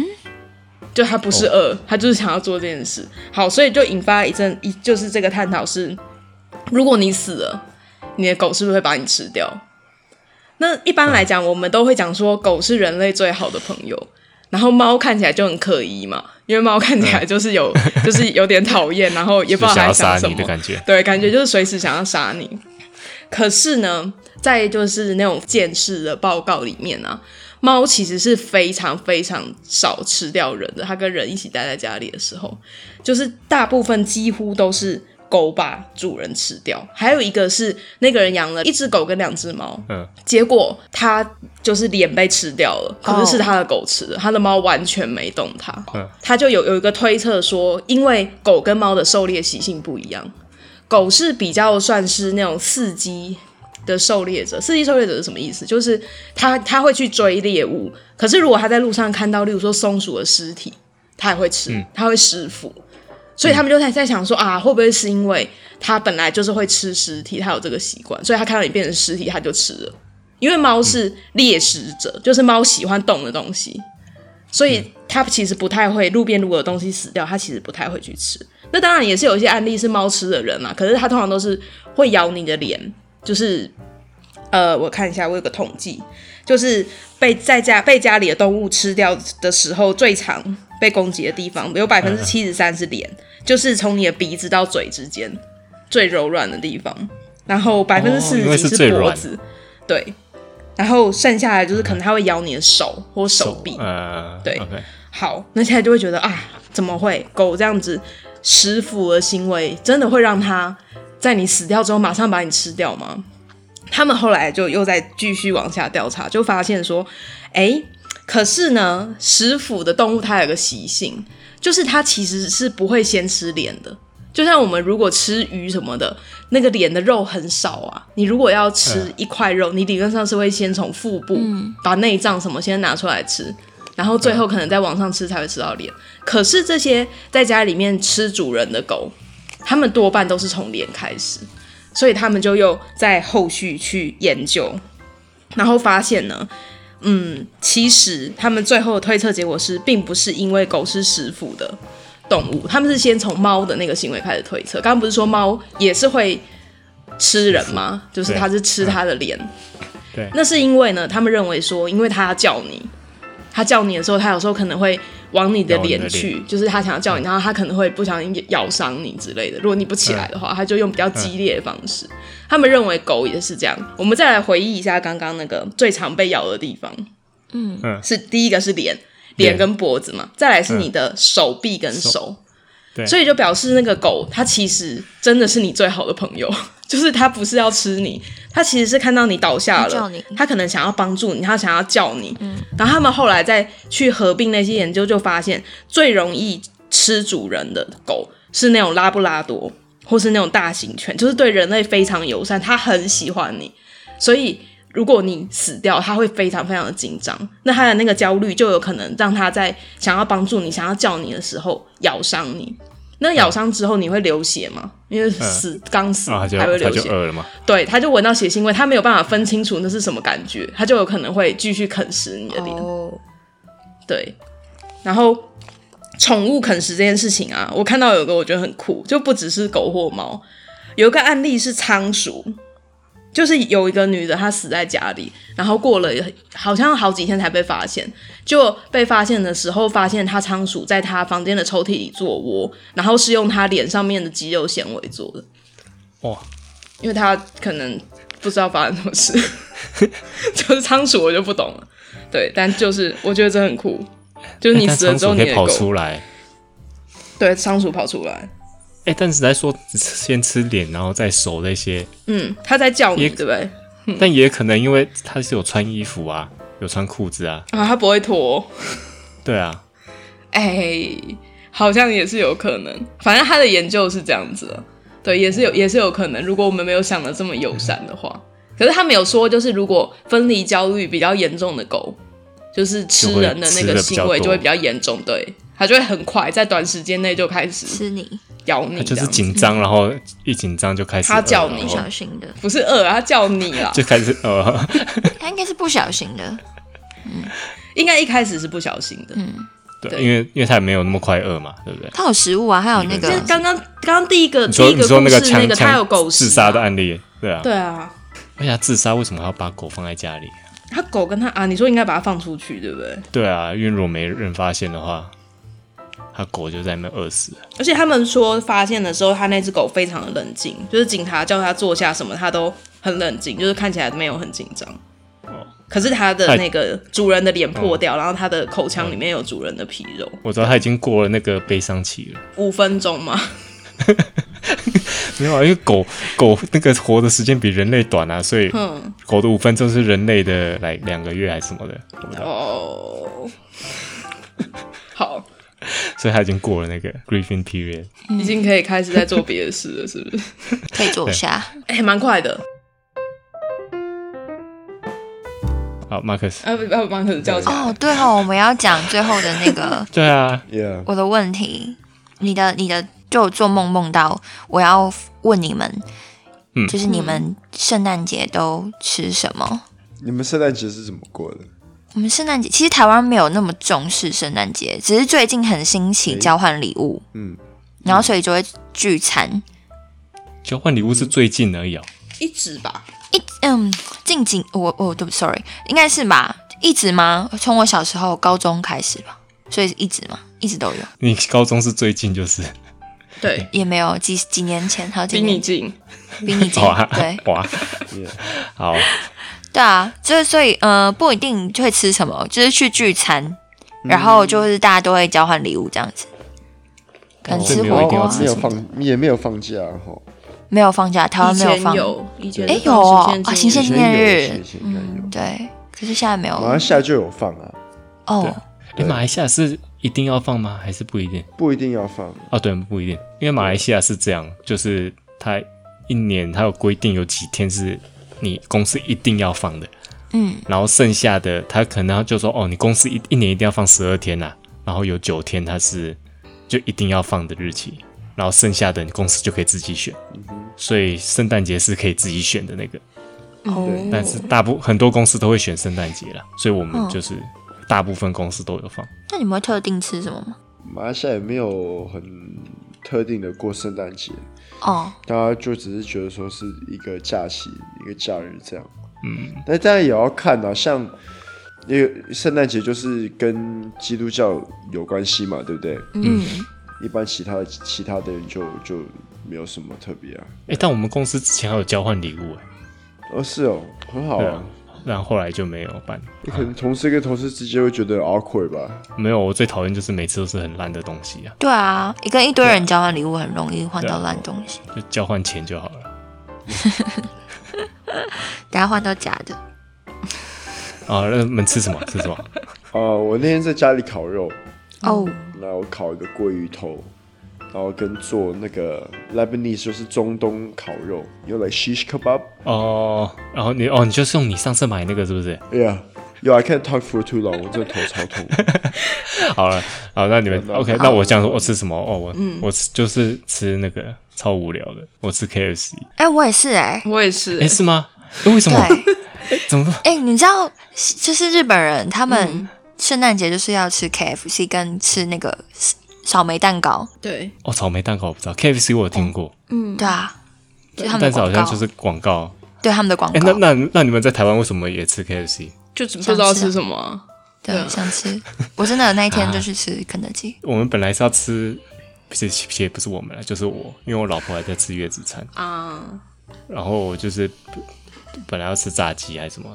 D: 就它不是饿，它就是想要做这件事。好，所以就引发一阵一就是这个探讨是，如果你死了，你的狗是不是会把你吃掉？那一般来讲，我们都会讲说狗是人类最好的朋友，然后猫看起来就很可疑嘛，因为猫看起来 <laughs> 就是有、就是有点讨厌，然后也不知道
B: 就嗯
D: 它
B: 想
D: 在
B: 要杀
D: 想什
B: 你
D: 么
B: 的，感觉。
D: 对，感觉就是随时想要杀你。可是呢，在就是那种见识的报告里面啊，猫其实是非常非常少吃掉人的。它跟人一起待在家里的时候，就是大部分几乎都是狗把主人吃掉，还有一个是那个人养了一只狗跟两只猫，
B: 嗯，
D: 结果它就是脸被吃掉了，可是是它的狗吃的，它的猫完全没动它。
B: 嗯
D: 它就有有一个推测说，因为狗跟猫的狩猎习性不一样，狗是比较算是那种刺激的狩猎者。刺激狩猎者是什么意思？就是它它会去追猎物，可是如果它在路上看到，例如说松鼠的尸体，它也会吃，
B: 嗯
D: 它会食腐。所以他们就在在想说啊，会不会是因为它本来就是会吃尸体，它有这个习惯，所以它看到你变成尸体，它就吃了。因为猫
B: 嗯
D: 是猎食者，就是猫喜欢动的东西，所以
B: 嗯
D: 它其实不太会路边如果有东西死掉，它其实不太会去吃。那当然也是有一些案例是猫吃的人啦，可是它通常都是会咬你的脸，就是呃，我看一下，我有个统计，就是被在家被家里的动物吃掉的时候，最常被攻击的地方有百分之七十三是脸，就是从你的鼻子到嘴之间最柔软的地方，然后百分之四
B: 哦因为
D: 十
B: 是
D: 几
B: 最
D: 是脖
B: 软
D: 子，对，然后剩下来就是可能它会咬你的手或手臂，
B: 呃，
D: <laughs> 对
B: ，OK，
D: 好，那现在就会觉得啊，怎么会狗这样子食腐的行为，真的会让它在你死掉之后马上把你吃掉吗？他们后来就又在继续往下调查，就发现说，哎，可是呢，食腐的动物它有个习性，就是它其实是不会先吃脸的。就像我们如果吃鱼什么的，那个脸的肉很少啊。你如果要吃
B: 嗯
D: 一块肉，你理论上是会先从腹部、把内脏什么先拿出来吃，然后最后可能在网上吃才会吃到脸。可是这些在家里面吃主人的狗，它们多半都是从脸开始，所以他们就又在后续去研究，然后发现呢，嗯，其实他们最后的推测结果是，并不是因为狗是食腐的动物，他们是先从猫的那个行为开始推测。刚刚不是说猫也是会吃人吗？就是
B: 对
D: 它是吃它的脸。
B: 对
D: 那是因为呢，他们认为说，因为它叫你，它叫你的时候，它有时候可能会往你的
B: 咬你的
D: 脸
B: 脸嗯
D: 去，就是它想要叫你，然后它可能会不小心咬伤你之类的。如果你不起来的话，它就用比较激烈的方式。他们认为狗也是这样。我们再来回忆一下刚刚那个最常被咬的地方，
B: 嗯
D: 是第一个是脸，
B: 脸嗯
D: 脸跟脖子嘛，再来是你的手臂跟手。
B: 对
D: 所以就表示那个狗，它其实真的是你最好的朋友，就是它不是要吃你，它其实是看到你倒下
C: 它叫
D: 了
C: 你，嗯
D: 它可能想要帮助你，它想要叫你。然后他们后来再去合并那些研究，就发现最容易吃主人的狗是那种拉布拉多，或是那种大型犬，就是对人类非常友善，它很喜欢你，所以。如果你死掉，它会非常非常的紧张，那它的那个焦虑就有可能让它在想要帮助你、想要叫你的时候咬伤你。那咬伤之后你会流血吗？因为死刚死
B: 啊，他就
D: 还会
B: 他
D: 流
B: 就
D: 血，
B: 饿了嘛，
D: 对，它就闻到血腥味，它没有办法分清楚那是什么感觉，它就有可能会继续啃食你的脸。
C: 哦，
D: 对，然后宠物啃食这件事情啊，我看到有个我觉得很酷，就不只是狗或猫，有一个案例是仓鼠，就是有一个女的她死在家里，然后过了好像好几天才被发现，就被发现的时候发现她仓鼠在她房间的抽屉里做窝，然后是用她脸上面的肌肉纤维做的，
B: 哇，
D: 因为他可能不知道发生什么事， <laughs> 就是仓鼠我就不懂了。对，但就是我觉得这很酷，就是你
B: 哎但
D: 死了
B: 仓
D: 之后
B: 鼠
D: 你
B: 可以
D: 的
B: 跑
D: 狗，
B: 出来，
D: 对，仓鼠跑出来，
B: 哎，但是来说先吃脸，然后再手那些，
D: 嗯，它在叫你，
B: 也
D: 对不对？
B: 但也可能因为他是有穿衣服啊，有穿裤子啊，
D: 啊，它不会拖、
B: 对啊，
D: 哎，好像也是有可能。反正他的研究是这样子的，对，也是有也是有可能。如果我们没有想的这么友善的话，可是他没有说，就是如果分离焦虑比较严重的狗，就是吃人的那
B: 就会吃得比
D: 个
B: 较
D: 行为
B: 多
D: 就会比较严重，对，它就会很快在短时间内就开始
C: 吃你，
D: 咬
B: 他
D: 你，
B: 就是紧张，然后一紧张就开始饿
D: 它
B: 了，
D: 叫
C: 不
D: 你
B: 然
C: 小
B: 后
C: 心的，
D: 不是饿，它叫你啦，
B: 就开始
D: <laughs>
B: 呃，
C: 他应该是不小心的，
D: 应该一开始是不小心的。
B: 对，
D: 对
B: 因为因为他也没有那么快饿嘛，对不对？
C: 他有食物啊，还有那
B: 对
D: 就是
C: 个
D: 刚刚刚刚第一个
B: 你
D: 第
B: 说
D: 一
B: 你
D: 个
B: 说
D: 故
B: 个
D: 事那
B: 枪
D: 个，它有狗
B: 枪
D: 食
B: 自杀的
D: 啊，
B: 案例，对啊，
D: 对啊，
B: 而且他自杀为什么还要把狗放在家里？
D: 它狗跟它啊，你说应该把它放出去，对不对？
B: 对啊，因为如果没人发现的话，他狗就在那边饿死了。
D: 而且他们说发现的时候，他那只狗非常的冷静，就是警察叫他坐下什么，他都很冷静，就是看起来没有很紧张。可是他的
B: 太
D: 那个主人的脸破掉，然后他的口腔里面有主人的皮肉，
B: 我知道他已经过了那个悲伤期了，
D: 五分钟嘛，
B: 没有啊，因为狗狗那个活的时间比人类短啊，所以
D: 嗯，
B: 狗的五分钟是人类的来两个月还是什么的，我不知道，
D: 哦，好，
B: 所以他已经过了那个 grieving period。
D: 已经可以开始在做别的事了，是不是？
C: 可以坐下。
D: <laughs> 哎、蛮快的，
B: 好，Marcus，
D: 啊不不，帮可能叫起来，
C: 哦，对哦，我们要讲最后的那个
B: 对啊，
A: Yeah，
C: 我的问题，你的你的就做梦梦到我要问你们，
B: 嗯
C: 就是你们圣诞节都吃什么？
A: 你们圣诞节是怎么过的？
C: 我们圣诞节其实台湾没有那么重视圣诞节，只是最近很兴起
A: 诶
C: 交换礼物，
A: 嗯，
C: 然后所以就会聚餐。
B: 交换礼物是最近而已哦。
D: 一直吧，
C: 一嗯，近几我我对不，sorry，应该是吧？一直吗？从我小时候高中开始吧，所以一直嘛，一直都有，
B: 你高中是最近就是，
D: 对，
C: 也没有几几年前，还有几
D: 比你
C: 年
D: 近，
C: 比你近，
A: 啊
B: 哇 <laughs>
C: 对
B: 哇，啊好，
C: 对啊，就是所以呃不一定会吃什么，就是去聚餐，
A: 嗯
C: 然后就是大家都会交换礼物这样子，可能
B: 哦
C: 吃
B: 没有
C: 火
B: 一定
C: 锅
B: 要
C: 啊
B: 吃
A: 没有
B: 什么
A: 放，也没有放假哈。
C: 没有放假，台湾
D: 以
C: 没有
D: 前
C: 放，
D: 有，以前
C: 诶
D: 是放
C: 有哦
D: 行
C: 啊
D: 宪
C: 行宪
D: 纪
A: 以
C: 纪
D: 念
A: 前
C: 念日
D: 日嗯
A: 有，以前应该有。
C: 对，可是现在没有
A: 马来西亚就有放啊，
C: 哦，
B: 哎，马来西亚是一定要放吗？还是不一定？
A: 不一定要放。
B: 哦，对，不一定，因为马来西亚是这样，就是它一年它有规定有几天是你公司一定要放的，
C: 嗯，
B: 然后剩下的他可能就说哦，你公司一一年一定要放十二天啦、啊然后有九天它是就一定要放的日期，然后剩下的你公司就可以自己选，所以圣诞节是可以自己选的那个，
A: 对
B: 但是大部很多公司都会选圣诞节啦，所以我们
C: 嗯
B: 就是大部分公司都有放。
C: 那你们会特定吃什么吗？
A: 马来西亚也没有很特定的过圣诞节，
C: 哦，
A: 大家就只是觉得说是一个假期、一个假日这样。嗯，但当然也要看啊，像因为圣诞节就是跟基督教有关系嘛，对不对？
C: 嗯，
A: 一般其他其他的人就就没有什么特别啊。
B: 哎，但我们公司之前还有交换礼物哎，
A: 哦，是哦，很好
B: 对
A: 啊
B: 啊。然后后来就没有办。
A: 你可能同事跟同事之间会觉得 awkward 吧？
B: 没有，我最讨厌就是每次都是很烂的东西啊，
C: 对啊，一跟一堆人交换礼物很容易换到烂东西，
A: 啊
B: 就交换钱就好了。
C: 等下换到假的。
B: 啊，那你们吃什么？ <laughs> 吃什么？
A: 啊、我那天在家里烤肉，嗯
C: 哦，
A: 然后烤一个鲑鱼头，然后跟做那个 Lebanese 就是中东烤肉，又来 shish kebab，yeah，you
B: 哦，然后你哦，你就是用你上次买那个是不是？
A: I can't talk for too long，我真的头超痛。
B: 好了，好，那你们
A: 好
B: OK？那我讲我吃什么？哦，我、
C: 嗯
B: 我吃就是吃那个超无聊的，我吃 KFC。
C: 哎、我也是哎、
A: <laughs>
D: 我也是、
B: 哎，是吗？诶为什
C: 对，
B: 么？
C: 哎、
B: 怎么？
C: 你知道，就是日本人他
A: 嗯
C: 们圣诞节就是要吃 KFC 跟吃那个草莓蛋糕，
D: 对，
B: 哦，草莓蛋糕我不知道，KFC 我有听过，
D: 嗯，
C: 对啊，就是他们
B: 但是好
C: 的广
B: 像
C: 告，
B: 就是广告。
C: 对他们的广
B: 哎，
C: 告，
B: 那那那你们在台湾为什么也吃 KFC？
D: 就只不知道吃什么啊、
C: 对
D: 对啊
C: 想吃。 <laughs> 我真的那一天
B: 啊
C: 就去吃肯德基，
B: 我们本来是要吃，不是也不是我们了，就是我，因为我老婆还在吃月子餐。
D: 啊，
B: 然后我就是本来要吃炸鸡还是什么，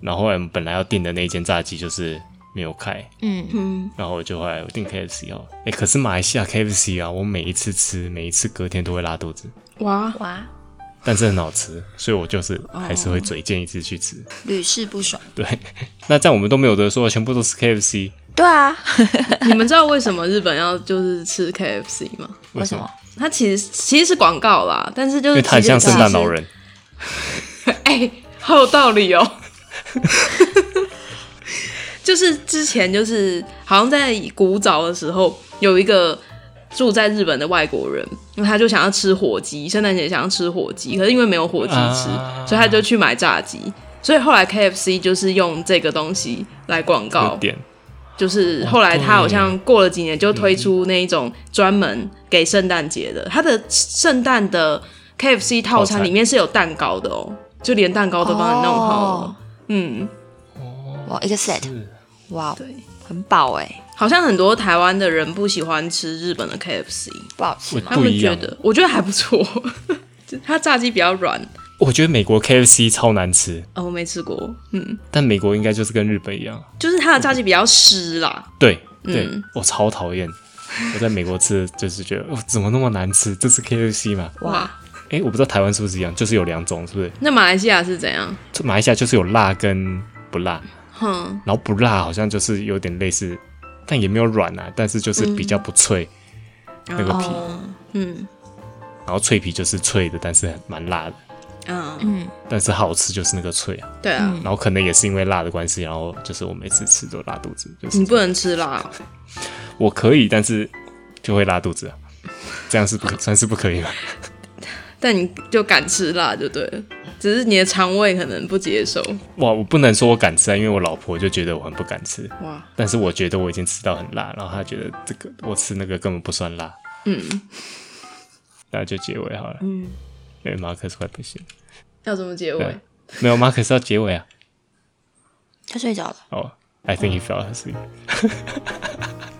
B: 然后后来我们本来要订的那一间炸鸡就是没有开，
C: 嗯，
D: 嗯，
B: 然后我就后来我订 KFC 哦，哎，可是马来西亚 KFC 啊，我每一次吃，每一次隔天都会拉肚子，
D: 哇，
C: 哇，
B: 但是很好吃，所以我就是还是会嘴贱一次去吃。
D: 哦
C: 屡试不爽。
B: 对，那这样我们都没有得说，全部都是 KFC，
C: 对啊，
D: 你们知道为什么日本要就是吃 KFC 吗？
B: 为
C: 为什
B: 什
C: 么
B: 么？
D: 它其实其实是广告啦，但是就
B: 因为
D: 是
B: 它很像圣诞老人。
D: <laughs> 哎、好有道理哦。 <laughs> 就是之前就是好像在古早的时候，有一个住在日本的外国人，因为他就想要吃火鸡，圣诞节想要吃火鸡，可是因为没有火鸡吃，
B: 啊
D: 所以他就去买炸鸡。所以后来 KFC 就是用这个东西来广告
B: 有，点哦
D: 就是嗯后来他好像过了几年就推出那一种专门给圣诞节的，他的圣诞的 KFC 套餐里面是有蛋糕的哦，就连蛋糕都帮你弄好了。嗯，
C: 哇，一个哦 set，哇，
D: 对，
C: 很饱哎、
D: 好像很多台湾的人不喜欢吃日本的 KFC，
C: 不好吃
B: 我
C: 吗？
D: 他
B: 不
D: 们
B: 一
D: 觉
B: 样
D: 得，我觉得还不错， <laughs> 就它炸鸡比较软。
B: 我觉得美国 KFC 超难吃，
D: 哦，我没吃过，嗯，
B: 但美国应该就是跟日本一样，
D: 就是它的炸鸡比较湿啦，
B: 对对，我超讨厌。我在美国吃， <laughs> 就是觉得哦，怎么那么难吃？这是 KFC 嘛？
D: 哇，
B: 诶，我不知道台湾是不是一样，就是有两种，是不是？
D: 那马来西亚是怎样？
B: 这马来西亚就是有辣跟不辣，
D: 哼，
B: 然后不辣好像就是有点类似，但也没有软啊，但是就是比较不脆，那个皮，
D: 嗯
B: 然后脆皮就是脆的，但是蛮辣的，
D: 嗯，
B: 但是好吃就是那个脆啊。
D: 对啊，
B: 然后可能也是因为辣的关系，然后就是我每次吃都拉肚子，就是
D: 你不能吃辣哦，
B: 我可以，但是就会拉肚子啊，这样是 <laughs> 不可算是不可以吧？
D: 但你就敢吃辣就对了，只是你的肠胃可能不接受。
B: 哇，我不能说我敢吃啊，因为我老婆就觉得我很不敢吃，
D: 哇，
B: 但是我觉得我已经吃到很辣，然后她觉得这个我吃那个根本不算辣，
D: 嗯，
B: 那就结尾好了。嗯，因为马克思快不行了，
D: 要怎么结
B: 对
D: 尾？
B: 没有马克思要结尾啊。
C: 他睡着了。
B: 哦、i think he fell asleep。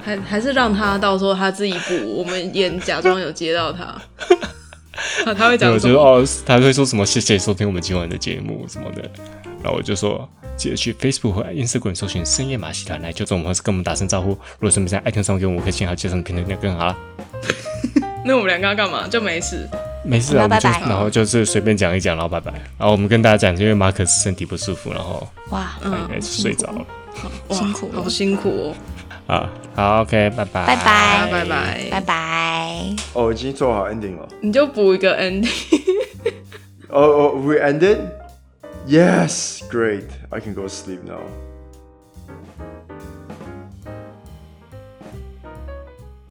D: 还还是让他到时候他自己补，我们也假装有接
B: <laughs>
D: 到他。他他会
B: 对，
D: 讲
B: 我
D: 什
B: 就说
D: 么？
B: 哦，他会说什么谢谢收听我们今晚的节目什么的，然后我就说记得去 Facebook 和 Instagram 搜寻深夜马戏团来就踪我们，或是跟我们打声招呼。如果顺便在 iTunes 上给我们五颗星，还有介绍你评论，那更好了。
D: 那我们两个要干嘛？就没事。
B: 没事啊，
C: 好
B: 我
C: 那
B: 们就
C: 拜拜
B: 然后就是随便讲一讲，然后拜拜。然后我们跟大家讲，因为马可是身体不舒服，然后
C: 哇，
B: 他应该是睡着了、
D: 哇
C: 辛苦了
D: 好辛苦哦。
B: 啊。好，OK，拜拜，
C: 拜拜
D: 拜拜
C: 拜拜。
A: <laughs> 哦，已经做好 ending 了。
D: 你就补一个 ending。
A: 哦哦，we ended。Yes, great. I can go sleep now.